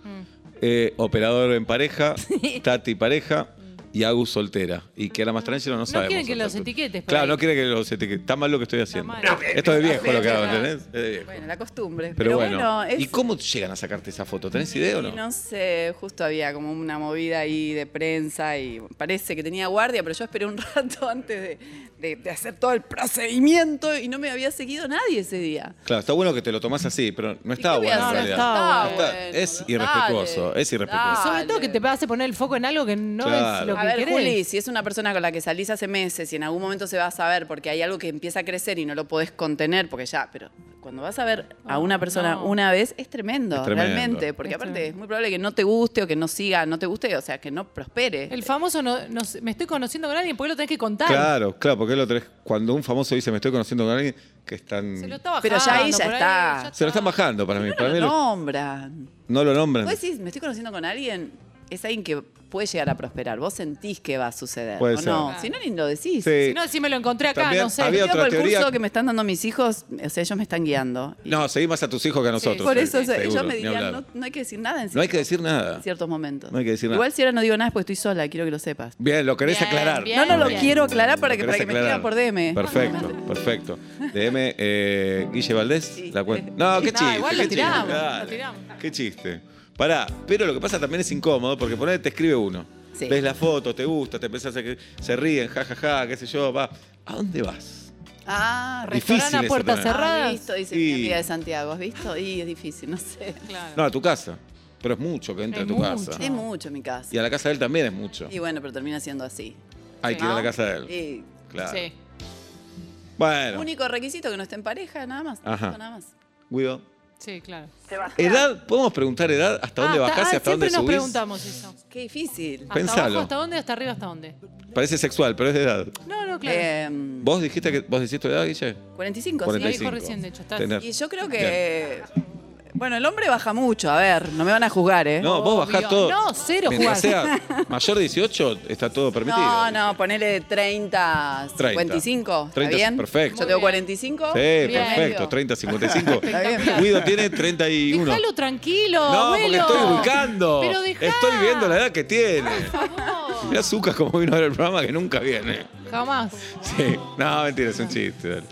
Speaker 2: eh, operador en pareja. Tati pareja. Y Agus soltera. Y que era más tranquilo, no
Speaker 4: No
Speaker 2: sabemos.
Speaker 4: quieren que
Speaker 2: hasta
Speaker 4: los
Speaker 2: el-
Speaker 4: etiquetes por
Speaker 2: Claro,
Speaker 4: ahí.
Speaker 2: no quieren que los etiquetes. Está mal lo que estoy haciendo.
Speaker 4: mal.
Speaker 2: Esto es de viejo lo que hago,
Speaker 4: Claro.
Speaker 2: ¿entendés? Es de viejo.
Speaker 3: Bueno, la costumbre.
Speaker 2: Pero, bueno.
Speaker 3: es-
Speaker 2: ¿Y cómo llegan a sacarte esa foto? ¿Tenés idea o no?
Speaker 3: Y no sé, justo había como una movida ahí de prensa y parece que tenía guardia, pero yo esperé un [LAUGHS] rato antes de, de- de hacer todo el procedimiento y no me había seguido nadie ese día.
Speaker 2: Claro, está bueno que te lo tomás así, pero no
Speaker 3: ¿Y
Speaker 2: está
Speaker 3: qué voy a
Speaker 2: bueno en
Speaker 3: hacer?
Speaker 2: realidad.
Speaker 4: No está
Speaker 2: No está- es
Speaker 3: dale.
Speaker 2: irrespetuoso, es irrespetuoso.
Speaker 3: Dale.
Speaker 4: Sobre todo que te hace poner el foco en algo que no
Speaker 2: Claro.
Speaker 4: es lo que
Speaker 3: A ver,
Speaker 4: querés.
Speaker 3: Juli, si es una persona con la que salís hace meses y en algún momento se va a saber porque hay algo que empieza a crecer y no lo podés contener porque ya, pero cuando vas a ver a una persona
Speaker 4: Oh, no.
Speaker 3: una vez es tremendo,
Speaker 2: Es tremendo.
Speaker 3: realmente, porque
Speaker 4: Es
Speaker 3: aparte
Speaker 4: tremendo.
Speaker 3: es muy probable que no te guste o que no siga, no te guste, o sea, que no prospere.
Speaker 4: El famoso, no, no sé, me estoy conociendo con alguien, porque lo tenés que contar.
Speaker 2: Claro, claro, porque lo tenés- cuando un famoso dice me estoy conociendo con alguien, que están.
Speaker 4: Se lo está bajando.
Speaker 3: Pero ya ahí ya
Speaker 4: por
Speaker 3: está.
Speaker 2: Se lo están bajando para mí.
Speaker 3: no
Speaker 2: para mí
Speaker 3: lo
Speaker 2: lo-
Speaker 3: nombran.
Speaker 2: no lo nombran.
Speaker 3: Vos decís, me estoy conociendo con alguien, es alguien que puede llegar a prosperar. Vos sentís que va a suceder,
Speaker 2: Puede
Speaker 3: ¿o
Speaker 2: ser.
Speaker 3: no?
Speaker 2: Claro.
Speaker 3: Si no, ni lo decís.
Speaker 2: Sí.
Speaker 4: Si no, si me lo encontré acá,
Speaker 2: También
Speaker 4: no sé.
Speaker 2: había
Speaker 3: Yo
Speaker 2: otra
Speaker 3: por el
Speaker 2: teoría-
Speaker 3: curso que me están dando mis hijos, o sea, ellos me están guiando. Y
Speaker 2: No, seguí más a tus hijos que a nosotros.
Speaker 3: por
Speaker 2: sí,
Speaker 3: eso o sea,
Speaker 2: seguro,
Speaker 3: ellos me
Speaker 2: ni
Speaker 3: dirían,
Speaker 2: hablar.
Speaker 3: no, no hay que decir nada en,
Speaker 2: No hay
Speaker 3: ciertos-
Speaker 2: que decir nada.
Speaker 3: en ciertos momentos.
Speaker 2: No hay que decir nada.
Speaker 3: Igual si ahora no digo nada es porque estoy sola, quiero que lo sepas.
Speaker 2: Bien, lo querés
Speaker 4: Bien,
Speaker 2: aclarar.
Speaker 4: bien.
Speaker 3: No, no lo
Speaker 4: Bien.
Speaker 3: quiero aclarar para
Speaker 2: Lo
Speaker 3: que,
Speaker 2: querés
Speaker 3: para que me
Speaker 2: aclarar.
Speaker 3: escriban por DM.
Speaker 4: [LAUGHS]
Speaker 2: Perfecto, perfecto. DM, eh, Guille Valdés,
Speaker 3: Sí.
Speaker 2: la
Speaker 3: [LAUGHS]
Speaker 2: cuenta. No, qué
Speaker 4: No,
Speaker 2: chiste.
Speaker 4: igual
Speaker 2: qué
Speaker 4: lo
Speaker 2: chiste,
Speaker 4: tiramos, lo
Speaker 2: dale.
Speaker 4: tiramos.
Speaker 2: Qué chiste. Pará, pero lo que pasa también es incómodo porque ponele, te escribe uno.
Speaker 3: Sí.
Speaker 2: Ves la foto, te gusta, te pensás que se ríen, jajaja, qué sé yo, va. ¿A dónde vas?
Speaker 3: Ah, re-
Speaker 2: Difícil
Speaker 4: Restaurante a
Speaker 2: eso
Speaker 4: puertas
Speaker 2: también.
Speaker 3: ¿Has
Speaker 4: cerradas.
Speaker 3: visto? Ah, Dice
Speaker 2: Y-
Speaker 3: mi amiga de Santiago, ¿has visto? Y es difícil, no sé.
Speaker 4: Claro.
Speaker 2: No, a tu casa. Pero es mucho que entra
Speaker 4: Es
Speaker 2: a tu
Speaker 4: mucho.
Speaker 2: casa.
Speaker 3: Es mucho en mi casa.
Speaker 2: Y a la casa de él también es mucho.
Speaker 3: Y bueno, pero termina siendo así.
Speaker 2: Hay que ir a la casa de él.
Speaker 3: Y
Speaker 2: Claro.
Speaker 4: Sí.
Speaker 2: Bueno,
Speaker 3: Único requisito que no esté en pareja, nada más.
Speaker 2: Ajá.
Speaker 3: Nada más.
Speaker 2: Guido.
Speaker 4: Sí, claro.
Speaker 1: Sebastián.
Speaker 2: ¿Edad? ¿Podemos preguntar edad? ¿Hasta dónde
Speaker 4: Ah,
Speaker 2: bajás y
Speaker 4: ah,
Speaker 2: hasta dónde
Speaker 4: Siempre nos
Speaker 2: subís?
Speaker 4: preguntamos eso.
Speaker 3: Qué difícil.
Speaker 4: ¿Hasta
Speaker 2: Pensalo.
Speaker 4: abajo hasta dónde? ¿Hasta arriba hasta dónde?
Speaker 2: Parece sexual, pero es de edad.
Speaker 4: No, no, claro.
Speaker 3: Em,
Speaker 2: ¿Vos dijiste que vos decís tu edad, Guille?
Speaker 3: 45,
Speaker 4: dijo
Speaker 2: 45.
Speaker 4: recién, de hecho, está-
Speaker 2: Tener-
Speaker 3: sí. Y yo creo que. Bueno, el hombre baja mucho, a ver, no me van a juzgar, ¿eh?
Speaker 2: No, vos bajás
Speaker 4: Obvio.
Speaker 2: todo.
Speaker 4: No, cero
Speaker 2: Mientras
Speaker 4: jugar.
Speaker 2: sea mayor de 18, está todo permitido.
Speaker 3: no, no, ponele 30, 55, ¿está
Speaker 2: 30,
Speaker 3: bien?
Speaker 2: perfecto.
Speaker 3: Yo tengo 45.
Speaker 2: Sí, perfecto. 30,
Speaker 4: [LAUGHS]
Speaker 2: 55. Guido tiene 31.
Speaker 4: Déjalo tranquilo,
Speaker 2: no, porque
Speaker 4: abuelo.
Speaker 2: estoy ubicando.
Speaker 4: Pero dejá.
Speaker 2: Estoy viendo la edad que tiene. Mirá Zucca como vino a ver el programa que nunca viene.
Speaker 4: Jamás.
Speaker 2: Sí. No, mentira, es un chiste. dale.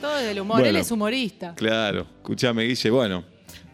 Speaker 4: Todo es del humor.
Speaker 2: Bueno.
Speaker 4: Él es humorista.
Speaker 2: Claro. Escuchame, Guille. Bueno,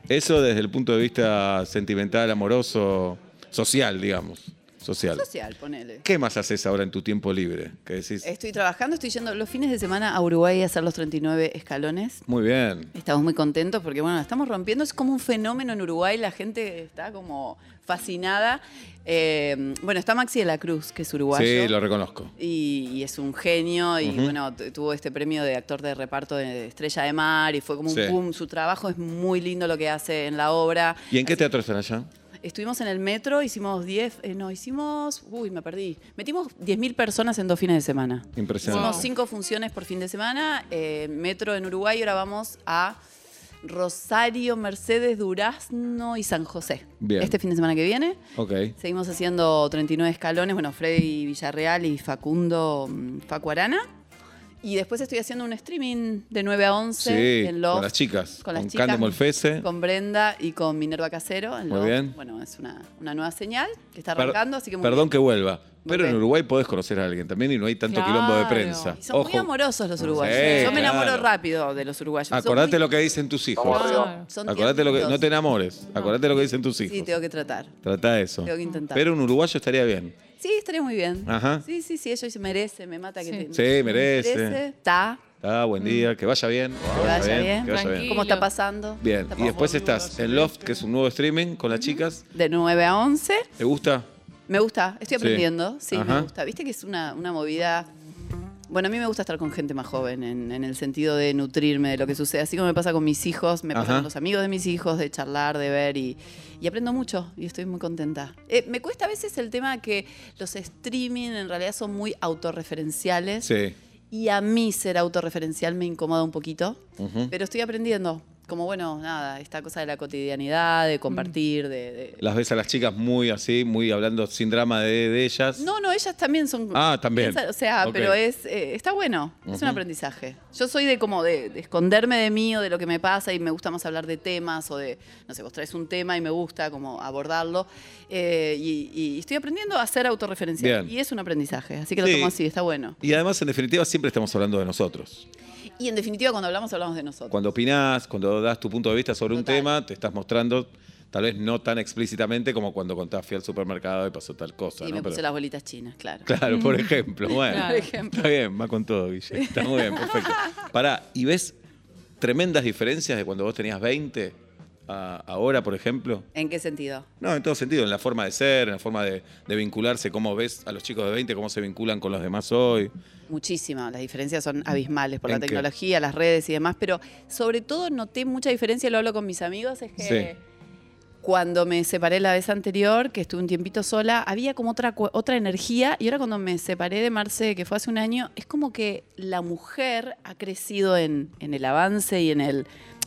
Speaker 2: eso desde el punto de vista sentimental, amoroso, Social, digamos. Social.
Speaker 3: Social, Eh, ponele.
Speaker 2: ¿Qué más haces ahora en tu tiempo libre? Que decís,
Speaker 3: Estoy trabajando, estoy yendo los fines de semana a Uruguay a hacer los 39 escalones.
Speaker 2: muy bien.
Speaker 3: Estamos muy contentos porque, bueno, la estamos rompiendo. Es como un fenómeno en Uruguay. La gente está como fascinada. Eh, bueno, está Maxi de la Cruz, que es uruguayo.
Speaker 2: Sí, lo reconozco.
Speaker 3: y, y es un genio y bueno, tu- tuvo este premio de actor de reparto de Estrella de Mar y fue como un
Speaker 2: Sí.
Speaker 3: boom. Su trabajo es muy lindo lo que hace en la obra.
Speaker 2: ¿Y en qué teatro están allá?
Speaker 3: Estuvimos en el metro, hicimos 10, eh, no, hicimos, uy, me perdí. Metimos 10.000 personas en dos fines de semana.
Speaker 2: Impresionante.
Speaker 3: Hicimos cinco funciones por fin de semana, eh, metro en Uruguay, ahora vamos a Rosario, Mercedes, Durazno y San José.
Speaker 2: Bien.
Speaker 3: Este fin de semana que viene.
Speaker 2: Ok.
Speaker 3: Seguimos haciendo 39 escalones, bueno, Freddy Villarreal y Facundo mm, Facuarana. Y después estoy haciendo un streaming de 9 a 11
Speaker 2: Sí,
Speaker 3: en Loft.
Speaker 2: con las chicas.
Speaker 3: Con las
Speaker 2: Con
Speaker 3: chicas.
Speaker 2: Cande Molfese.
Speaker 3: Con Brenda y con Minerva Casero. en
Speaker 2: Muy
Speaker 3: Loft.
Speaker 2: bien.
Speaker 3: Bueno, es una, una nueva señal que está
Speaker 2: Per-
Speaker 3: arrancando, así que muy
Speaker 2: Perdón
Speaker 3: bien.
Speaker 2: que vuelva. Pero
Speaker 3: Ok.
Speaker 2: en Uruguay podés conocer a alguien también y no hay tanto
Speaker 4: Claro.
Speaker 2: quilombo de prensa.
Speaker 3: Y son muy
Speaker 2: Ojo.
Speaker 3: amorosos los uruguayos.
Speaker 2: Sí,
Speaker 3: Yo me enamoro
Speaker 2: claro.
Speaker 3: rápido de los uruguayos. Son
Speaker 2: Acordate
Speaker 3: muy-
Speaker 2: lo que dicen tus hijos.
Speaker 4: Claro.
Speaker 3: son
Speaker 2: Acordate lo que, no
Speaker 3: tiernitos.
Speaker 2: te enamores. Acordate lo que dicen tus hijos.
Speaker 3: Sí, tengo que tratar.
Speaker 2: Trata eso.
Speaker 3: Tengo que intentar.
Speaker 2: Pero un uruguayo estaría bien.
Speaker 3: Sí, estaría muy bien.
Speaker 2: Ajá.
Speaker 3: Sí, sí, sí, ellos merece, me mata que
Speaker 4: Sí.
Speaker 3: te-
Speaker 2: Sí, merece.
Speaker 3: Está.
Speaker 2: Ah, buen día. Que vaya bien. Que
Speaker 3: Mm. vaya bien.
Speaker 2: Que vaya bien.
Speaker 4: Tranquilo.
Speaker 3: ¿Cómo está pasando?
Speaker 2: Bien.
Speaker 3: Está
Speaker 2: Y después
Speaker 4: boludo,
Speaker 2: estás en Loft, que es un nuevo streaming con las chicas.
Speaker 3: De 9 a 11.
Speaker 2: ¿Te gusta?
Speaker 3: Me gusta, estoy
Speaker 2: Sí.
Speaker 3: aprendiendo. Sí,
Speaker 2: Ajá.
Speaker 3: me gusta. Viste que es una, una movida. Bueno, a mí me gusta estar con gente más joven, en, en el sentido de nutrirme de lo que sucede. Así como me pasa con mis hijos, me pasa
Speaker 2: Ajá.
Speaker 3: con los amigos de mis hijos, de charlar, de ver y, y aprendo mucho y estoy muy contenta. Eh, me cuesta a veces el tema que los streaming en realidad son muy autorreferenciales
Speaker 2: Sí.
Speaker 3: y a mí ser autorreferencial me incomoda un poquito,
Speaker 2: Ujú.
Speaker 3: pero estoy aprendiendo. Como bueno, nada, esta cosa de la cotidianidad,
Speaker 2: Mm.
Speaker 3: de compartir, de- de,
Speaker 2: Las ves a las chicas muy así, muy hablando sin drama de, de ellas.
Speaker 3: No, no, ellas también son.
Speaker 2: Ah, también.
Speaker 3: piensan- o sea,
Speaker 2: Ok.
Speaker 3: pero es eh, está bueno. Es
Speaker 2: Ujú.
Speaker 3: un aprendizaje. Yo soy de como de, de esconderme de mí o de lo que me pasa y me gusta más hablar de temas o de, no sé, vos traes un tema y me gusta como abordarlo. Eh, y, y estoy aprendiendo a ser autorreferencial.
Speaker 2: Bien.
Speaker 3: Y es un aprendizaje. Así que lo
Speaker 2: Sí.
Speaker 3: tomo así, está bueno.
Speaker 2: Y además, en definitiva, siempre estamos hablando de nosotros.
Speaker 3: Y en definitiva, cuando hablamos, hablamos de nosotros.
Speaker 2: Cuando opinás, cuando das tu punto de vista sobre
Speaker 3: Total.
Speaker 2: un tema, te estás mostrando, tal vez no tan explícitamente como cuando contás, fui al supermercado y pasó tal cosa.
Speaker 3: y
Speaker 2: ¿no?
Speaker 3: me puse Mm.
Speaker 2: Pero-
Speaker 3: las bolitas chinas, claro.
Speaker 2: Claro, por ejemplo. Bueno,
Speaker 4: Claro.
Speaker 2: está bien, va con todo, Guille. Está muy bien, perfecto. Pará, ¿y ves tremendas diferencias de cuando vos tenías 20 a ahora, por ejemplo?
Speaker 3: ¿En qué sentido?
Speaker 2: No, en todo sentido, en la forma de ser, en la forma de, de vincularse, cómo ves a los chicos de 20, cómo se vinculan con los demás hoy.
Speaker 3: Muchísima, las diferencias son abismales por
Speaker 2: Mm.
Speaker 3: la
Speaker 2: ¿En qué?
Speaker 3: tecnología, las redes y demás, pero sobre todo noté mucha diferencia, lo hablo con mis amigos, es que
Speaker 2: Sí.
Speaker 3: cuando me separé la vez anterior, que estuve un tiempito sola, había como otra, cu- otra energía y ahora cuando me separé de Marce, que fue hace un año, es como que la mujer ha crecido en, en el avance y en el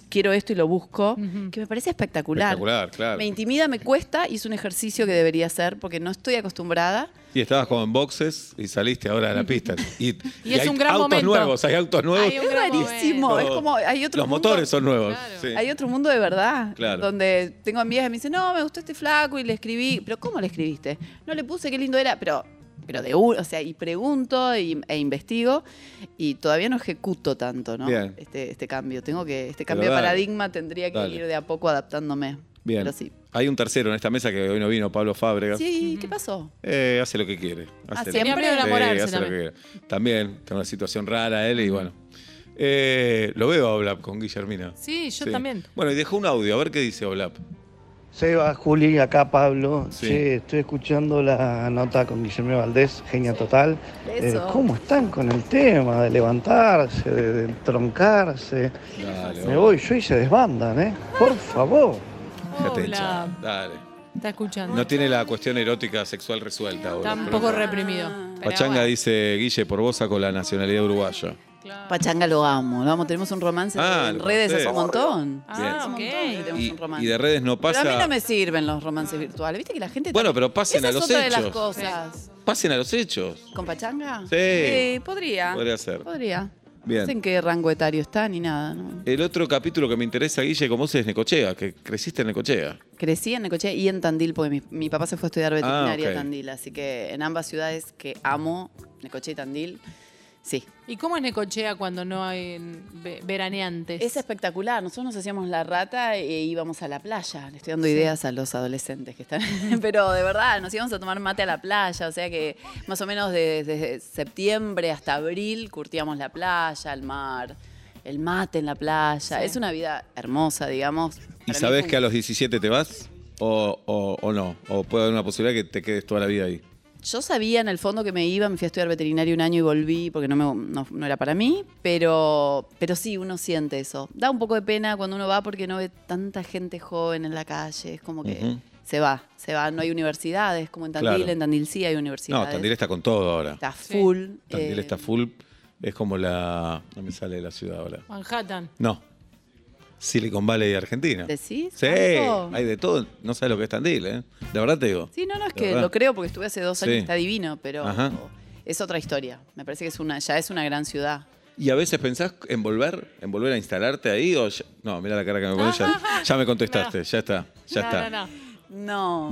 Speaker 3: quiero esto y lo busco,
Speaker 4: Ujú.
Speaker 3: que me parece espectacular.
Speaker 2: Espectacular, claro.
Speaker 3: Me intimida, me cuesta y es un ejercicio que debería hacer porque no estoy acostumbrada.
Speaker 2: Y estabas como en boxes y saliste ahora de la pista. Y,
Speaker 4: Y es
Speaker 2: hay
Speaker 4: un gran
Speaker 2: autos
Speaker 4: momento.
Speaker 2: nuevos, hay autos nuevos.
Speaker 4: Hay un
Speaker 3: Es
Speaker 4: gran
Speaker 3: rarísimo, es
Speaker 2: momento.
Speaker 3: como hay otro
Speaker 2: los
Speaker 3: mundo.
Speaker 2: motores son nuevos.
Speaker 4: Claro.
Speaker 2: sí.
Speaker 3: Hay otro mundo de verdad.
Speaker 2: Claro.
Speaker 3: Donde tengo amigas que me dicen, no, me gustó este flaco y le escribí. Pero ¿cómo le escribiste? No le puse qué lindo era, pero, pero de uno, o sea, y pregunto y- e investigo y todavía no ejecuto tanto, ¿no?
Speaker 2: Bien.
Speaker 3: Este, este cambio. Tengo que, este cambio de
Speaker 2: dale.
Speaker 3: paradigma tendría que
Speaker 2: Dale.
Speaker 3: ir de a poco adaptándome.
Speaker 2: Bien.
Speaker 3: Pero sí.
Speaker 2: Hay un tercero en esta mesa que hoy no vino, Pablo Fábregas.
Speaker 3: Sí, ¿qué pasó?
Speaker 2: Eh, hace lo que quiere. Hace lo-
Speaker 3: siempre. Tenía miedo de
Speaker 2: Sí,
Speaker 4: enamorarse
Speaker 2: hace lo que
Speaker 4: también.
Speaker 2: quiere. También, tiene una situación rara él y bueno. Eh, lo veo a Oblap con Guillermina.
Speaker 4: Sí, yo también.
Speaker 2: Bueno, y dejó un audio, a ver qué dice Oblap.
Speaker 1: Seba, Juli, acá Pablo.
Speaker 2: Sí.
Speaker 1: Che, estoy escuchando la nota con Guillermo Valdés, genia total. Eh,
Speaker 3: Eso.
Speaker 1: ¿Cómo están con el tema de levantarse, de, de troncarse?
Speaker 2: Dale,
Speaker 1: Me
Speaker 2: Oblap.
Speaker 1: voy yo y se desbandan, ¿eh? Por favor.
Speaker 2: Dejate
Speaker 4: Hola.
Speaker 2: hinchar. Dale.
Speaker 4: Está escuchando.
Speaker 2: No tiene la cuestión erótica sexual resuelta.
Speaker 4: Está
Speaker 2: Oblap,
Speaker 4: un
Speaker 2: pero-
Speaker 4: poco reprimido.
Speaker 3: Ah.
Speaker 4: Pero
Speaker 2: Pachanga
Speaker 4: bueno,
Speaker 2: dice, Guille, por vos saco la nacionalidad uruguaya.
Speaker 4: claro.
Speaker 3: Pachanga lo amo, lo amo. Tenemos un romance
Speaker 2: Ah,
Speaker 3: en
Speaker 2: lo
Speaker 3: redes
Speaker 2: conocés.
Speaker 3: hace un montón.
Speaker 4: Ah,
Speaker 3: Hace un
Speaker 4: ok.
Speaker 3: montón que tenemos
Speaker 2: Y,
Speaker 3: un romance.
Speaker 2: y de redes no pasa.
Speaker 3: Pero a mí no me sirven los romances virtuales. Viste que la gente.
Speaker 2: Bueno,
Speaker 3: también-
Speaker 2: pero pasen
Speaker 3: Esa
Speaker 2: a
Speaker 3: es
Speaker 2: los
Speaker 3: otra de las
Speaker 2: hechos.
Speaker 3: cosas.
Speaker 2: Pasen a los hechos.
Speaker 3: ¿Con pachanga?
Speaker 2: Sí.
Speaker 3: podría.
Speaker 2: Podría ser.
Speaker 3: Podría.
Speaker 2: Bien.
Speaker 3: No sé en qué rango etario está ni nada. ¿no?
Speaker 2: El otro capítulo que me interesa, Guille, como vos es Necochea, que creciste en Necochea.
Speaker 3: Crecí en Necochea y en Tandil, porque mi, mi papá se fue a estudiar veterinaria
Speaker 2: Ah, ok.
Speaker 3: a Tandil. Así que en ambas ciudades que amo, Necochea y Tandil, Sí.
Speaker 4: ¿Y cómo es Necochea cuando no hay ve- veraneantes?
Speaker 3: Es espectacular. Nosotros nos hacíamos la rata e íbamos a la playa. Le estoy dando
Speaker 4: Sí.
Speaker 3: ideas a los adolescentes que están. [LAUGHS] Pero de verdad, nos íbamos a tomar mate a la playa. O sea que más o menos de- desde septiembre hasta abril curtíamos la playa, el mar, el mate en la playa.
Speaker 4: Sí.
Speaker 3: Es una vida hermosa, digamos.
Speaker 2: ¿Y
Speaker 3: Para mí
Speaker 2: sabes
Speaker 3: fue
Speaker 2: que a los 17 te vas? ¿O, o- o no? ¿O puede haber una posibilidad que te quedes toda la vida ahí?
Speaker 3: Yo sabía en el fondo que me iba, me fui a estudiar veterinario un año y volví porque no, me, no, no era para mí, pero, pero sí, uno siente eso. Da un poco de pena cuando uno va porque no ve tanta gente joven en la calle, es como que
Speaker 2: Ujú.
Speaker 3: se va, se va, no hay universidades, como en Tandil,
Speaker 2: Claro.
Speaker 3: en Tandil sí hay universidades.
Speaker 2: No, Tandil está con todo ahora.
Speaker 3: está full.
Speaker 2: Tandil
Speaker 3: eh,
Speaker 2: está full. Es como la. No me sale la ciudad ahora.
Speaker 4: Manhattan.
Speaker 2: No. Silicon Valley de Argentina.
Speaker 3: ¿Decís?
Speaker 2: Sí,
Speaker 3: ¿Tanto?
Speaker 2: hay de todo. No sabes lo que es Tandil, ¿eh? De verdad te digo.
Speaker 3: Sí, no, no, es
Speaker 2: De
Speaker 3: que
Speaker 2: verdad.
Speaker 3: lo creo porque estuve hace dos años,
Speaker 2: Sí.
Speaker 3: está divino, pero
Speaker 2: Ajá.
Speaker 3: es otra historia. Me parece que es una, ya es una gran ciudad.
Speaker 2: ¿Y a veces pensás en volver? ¿En volver a instalarte ahí? O ya- No, mira la cara que me pones. Ya, ya me
Speaker 3: [LAUGHS]
Speaker 2: contestaste, ya está, ya
Speaker 4: No,
Speaker 2: está.
Speaker 4: no, no.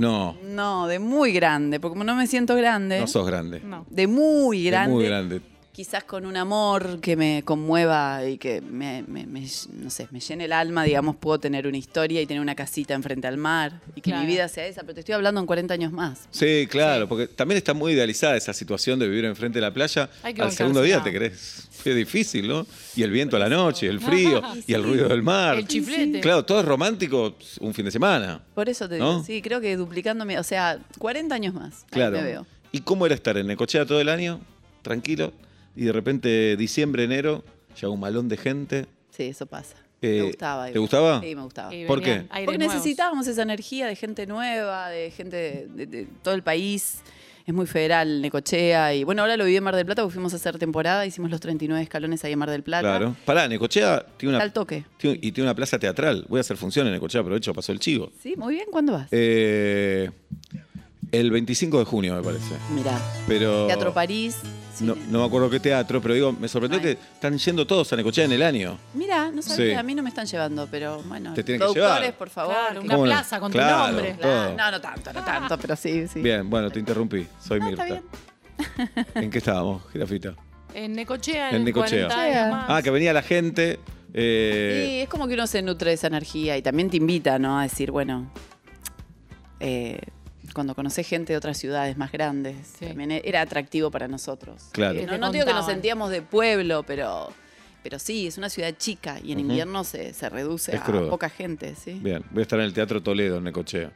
Speaker 3: No.
Speaker 2: No.
Speaker 3: No, de muy grande, porque como no me siento grande.
Speaker 2: No sos grande.
Speaker 4: No.
Speaker 3: de muy
Speaker 2: Es
Speaker 3: grande,
Speaker 2: Muy grande.
Speaker 3: quizás con un amor que me conmueva y que me, me- me ll- no sé, me llene el alma, digamos, puedo tener una historia y tener una casita enfrente al mar y que
Speaker 4: Claro.
Speaker 3: mi vida sea esa, pero te estoy hablando en 40 años más.
Speaker 2: Sí, claro, porque también está muy idealizada esa situación de vivir enfrente de la playa.
Speaker 4: Hay que
Speaker 2: Al segundo día te
Speaker 4: bancársela.
Speaker 2: crees. Es difícil, ¿no? Y el viento a la noche, el
Speaker 4: [LAUGHS]
Speaker 2: frío y el ruido del mar.
Speaker 4: El chiflete.
Speaker 2: Claro, todo es romántico un fin de semana.
Speaker 3: Por eso te
Speaker 2: ¿No?
Speaker 3: digo, sí, creo que duplicándome, o sea, 40 años más. ahí
Speaker 2: Claro.
Speaker 3: me veo.
Speaker 2: ¿Y cómo era estar en Necochea todo el año? Tranquilo. Y de repente, diciembre, enero, llega un malón de gente.
Speaker 3: Sí, eso pasa.
Speaker 2: Eh,
Speaker 3: me gustaba.
Speaker 2: ¿te
Speaker 3: igual.
Speaker 2: gustaba?
Speaker 3: Sí, me gustaba.
Speaker 4: Y
Speaker 2: ¿Por qué?
Speaker 4: venían aires
Speaker 3: Ah. Porque
Speaker 4: nuevos.
Speaker 3: necesitábamos esa energía de gente nueva, de gente de, de- de todo el país. Es muy federal, Necochea. Y bueno, ahora lo viví en Mar del Plata, porque fuimos a hacer temporada, hicimos los 39 escalones ahí en Mar del Plata.
Speaker 2: Claro. Pará, Necochea tiene una,
Speaker 3: Está al toque.
Speaker 2: tiene- y tiene una plaza teatral. Voy a hacer función en Necochea, aprovecho, pasó el chivo.
Speaker 3: Sí, muy bien, ¿cuándo vas?
Speaker 2: Eh, el 25 de junio, me parece.
Speaker 3: Mirá,
Speaker 2: Pero.
Speaker 3: Teatro París. cine.
Speaker 2: No, no me acuerdo qué teatro, pero digo, me sorprendió
Speaker 3: Ay.
Speaker 2: que están yendo todos a Necochea en el año.
Speaker 3: Mirá, no sabía,
Speaker 2: Sí.
Speaker 3: a mí no me están llevando, pero bueno.
Speaker 2: Te tienen que
Speaker 3: productores,
Speaker 2: llevar.
Speaker 3: por favor.
Speaker 4: Claro,
Speaker 3: que-
Speaker 4: una
Speaker 2: ¿Cómo no?
Speaker 4: plaza con
Speaker 2: Claro.
Speaker 4: tu nombre.
Speaker 3: Claro,
Speaker 2: todo.
Speaker 3: No, no tanto, no tanto, pero sí, sí.
Speaker 2: Bien, bueno, te interrumpí. Soy
Speaker 3: No, está
Speaker 2: Mirta.
Speaker 3: bien.
Speaker 2: ¿En qué estábamos, Girafita?
Speaker 4: En Necochea, en,
Speaker 2: En Necochea.
Speaker 4: 40 años más.
Speaker 2: Ah, que venía la gente. eh,
Speaker 3: Sí, es como que uno se nutre de esa energía y también te invita, ¿no? A decir, bueno, eh, cuando conoces gente de otras ciudades más grandes,
Speaker 4: Sí.
Speaker 3: también e- era atractivo para nosotros.
Speaker 2: Claro.
Speaker 3: Eh, no,
Speaker 4: Te
Speaker 3: no digo que nos
Speaker 4: contaban.
Speaker 3: sentíamos de pueblo, pero, pero sí, es una ciudad chica y en
Speaker 2: Ujú.
Speaker 3: invierno se, se reduce
Speaker 2: Es
Speaker 3: a
Speaker 2: crudo.
Speaker 3: poca gente, ¿sí?
Speaker 2: Bien, voy a estar en el Teatro Toledo, en Necochea.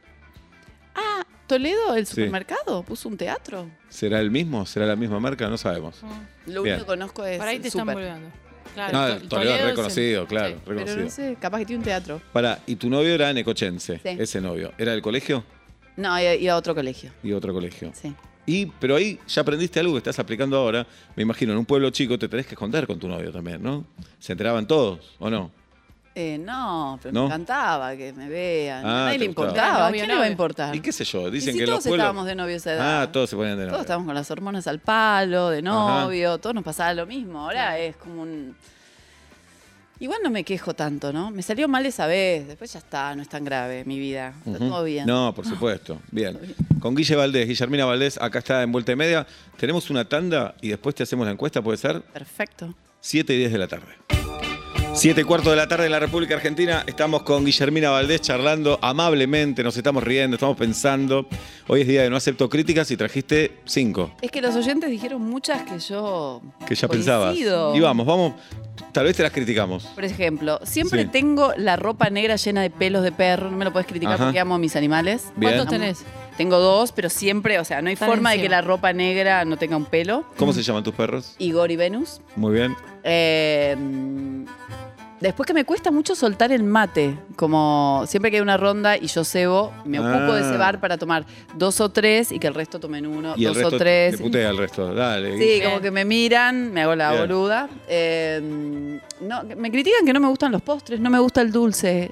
Speaker 3: Ah, Toledo, el
Speaker 2: Sí.
Speaker 3: supermercado, puso un teatro.
Speaker 2: ¿Será el mismo? ¿Será la misma marca? No sabemos.
Speaker 3: Lo
Speaker 2: Bien.
Speaker 3: único que conozco es
Speaker 4: Ah, Por ahí te
Speaker 3: el súper.
Speaker 4: están volviendo. Claro,
Speaker 2: No,
Speaker 4: to-
Speaker 2: el Toledo es
Speaker 4: en-
Speaker 2: reconocido, claro,
Speaker 4: Sí.
Speaker 3: Pero
Speaker 2: reconocido.
Speaker 3: no sé, capaz que tiene un teatro.
Speaker 2: Pará, ¿y tu novio era necochense?
Speaker 3: Sí.
Speaker 2: Ese novio. ¿Era del colegio?
Speaker 3: No, i- iba a otro colegio.
Speaker 2: Y otro colegio.
Speaker 3: Sí.
Speaker 2: Y, pero ahí ya aprendiste algo que estás aplicando ahora. Me imagino, en un pueblo chico te tenés que esconder con tu novio también, ¿no? ¿Se enteraban todos o no?
Speaker 3: Eh, no, pero
Speaker 2: ¿No?
Speaker 3: me encantaba que me vean.
Speaker 2: Ah,
Speaker 3: a nadie
Speaker 2: te
Speaker 3: le
Speaker 2: gustaba.
Speaker 3: importaba. ¿A
Speaker 4: Novio,
Speaker 3: quién le va a
Speaker 4: novio.
Speaker 3: importar?
Speaker 2: ¿Y qué sé yo? Dicen
Speaker 3: Ah. ¿Y si
Speaker 2: que en
Speaker 3: todos
Speaker 2: los pueblos.
Speaker 3: estábamos de novios a esa edad. ¿eh?
Speaker 2: ah, todos se ponían de novio.
Speaker 3: Todos estábamos con las hormonas al palo, de novio, todos nos pasaba lo mismo. Ahora
Speaker 4: Claro.
Speaker 3: es como un. Igual no me quejo tanto, ¿no? Me salió mal esa vez, después ya está, no es tan grave mi vida. Está
Speaker 2: Ujú.
Speaker 3: todo bien. Ah,
Speaker 2: No, por supuesto. Bien. Con Guille Valdés, Guillermina Valdés, acá está en Vuelta y Media. Tenemos una tanda y después te hacemos la encuesta, ¿puede ser?
Speaker 3: Perfecto.
Speaker 2: 7 y 10 de la tarde. 7 y cuarto de la tarde en la República Argentina. Estamos con Guillermina Valdés charlando amablemente, nos estamos riendo, estamos pensando. Hoy es día de no acepto críticas y trajiste 5,
Speaker 3: Es que los oyentes dijeron muchas que yo.
Speaker 2: que ya pensabas.
Speaker 3: coincido.
Speaker 2: Y vamos, vamos. Tal vez te las criticamos.
Speaker 3: Por ejemplo, siempre
Speaker 2: Sí.
Speaker 3: tengo la ropa negra llena de pelos de perro. No me lo puedes criticar
Speaker 2: Ajá.
Speaker 3: porque amo a mis animales.
Speaker 2: Bien.
Speaker 4: ¿Cuántos tenés?
Speaker 3: Tengo dos, pero siempre, o sea, no hay
Speaker 4: Están
Speaker 3: forma de que
Speaker 4: encima.
Speaker 3: la ropa negra no tenga un pelo.
Speaker 2: ¿Cómo se llaman tus perros?
Speaker 3: Igor y Venus.
Speaker 2: Muy bien.
Speaker 3: Eh, después que me cuesta mucho soltar el mate, como siempre que hay una ronda y yo cebo, me ocupo de
Speaker 2: Ah.
Speaker 3: cebar para tomar dos o tres y que el resto tomen uno,
Speaker 2: Y el
Speaker 3: dos
Speaker 2: resto
Speaker 3: o tres.
Speaker 2: te putea el resto. Dale.
Speaker 3: Sí,
Speaker 2: Guille.
Speaker 3: como que me miran, me hago la
Speaker 2: Bien.
Speaker 3: boluda. Eh, no, me critican que no me gustan los postres, no me gusta el dulce,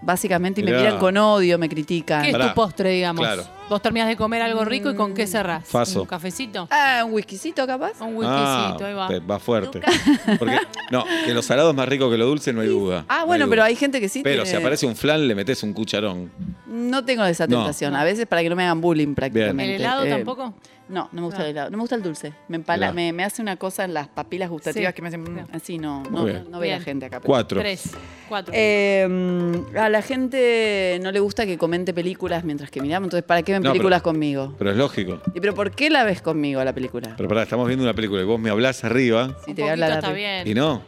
Speaker 3: básicamente, y me
Speaker 2: Mirá.
Speaker 3: miran con odio, me critican.
Speaker 4: ¿Qué es
Speaker 2: Pará.
Speaker 4: tu postre, digamos?
Speaker 2: Claro.
Speaker 4: Vos terminás de comer algo rico y con
Speaker 3: Mm.
Speaker 4: qué cerrás.
Speaker 2: Faso.
Speaker 4: ¿Un cafecito?
Speaker 3: Ah, un whiskycito capaz.
Speaker 4: Un
Speaker 2: Ah,
Speaker 4: whiskycito, ahí va.
Speaker 2: te- Va fuerte.
Speaker 3: [LAUGHS]
Speaker 2: Porque, no, que lo salado es más rico que lo dulce, no hay duda.
Speaker 3: Ah,
Speaker 2: No
Speaker 3: bueno,
Speaker 2: duda.
Speaker 3: pero hay gente que sí
Speaker 2: Pero
Speaker 3: tiene-
Speaker 2: si aparece un flan, le metes un cucharón.
Speaker 3: Mm, No tengo esa
Speaker 2: No.
Speaker 3: tentación. A veces para que no me hagan bullying prácticamente.
Speaker 4: ¿El helado
Speaker 3: Eh,
Speaker 4: tampoco?
Speaker 3: No, no me gusta
Speaker 4: Ah.
Speaker 3: el helado. No me gusta el dulce. Me
Speaker 2: Mirá.
Speaker 3: empala, me, me hace una cosa en las papilas gustativas
Speaker 4: Sí.
Speaker 3: que me hacen. mm,
Speaker 4: Bien.
Speaker 3: Así no, no,
Speaker 2: bien.
Speaker 3: no, no ve la
Speaker 4: Bien.
Speaker 3: gente acá. pero-
Speaker 2: Cuatro.
Speaker 4: Tres. Cuatro.
Speaker 3: Eh, mm, a la gente no le gusta que comente películas mientras que miramos, entonces ¿para qué ven
Speaker 2: No, pero-
Speaker 3: películas conmigo?
Speaker 2: Pero es lógico.
Speaker 3: ¿Y pero por qué la ves conmigo a la película?
Speaker 2: Pero pará, estamos viendo una película y vos me hablás arriba
Speaker 3: Sí,
Speaker 4: Un
Speaker 3: te voy a
Speaker 4: poquito
Speaker 3: hablar
Speaker 4: está
Speaker 3: arriba.
Speaker 4: bien.
Speaker 2: y no.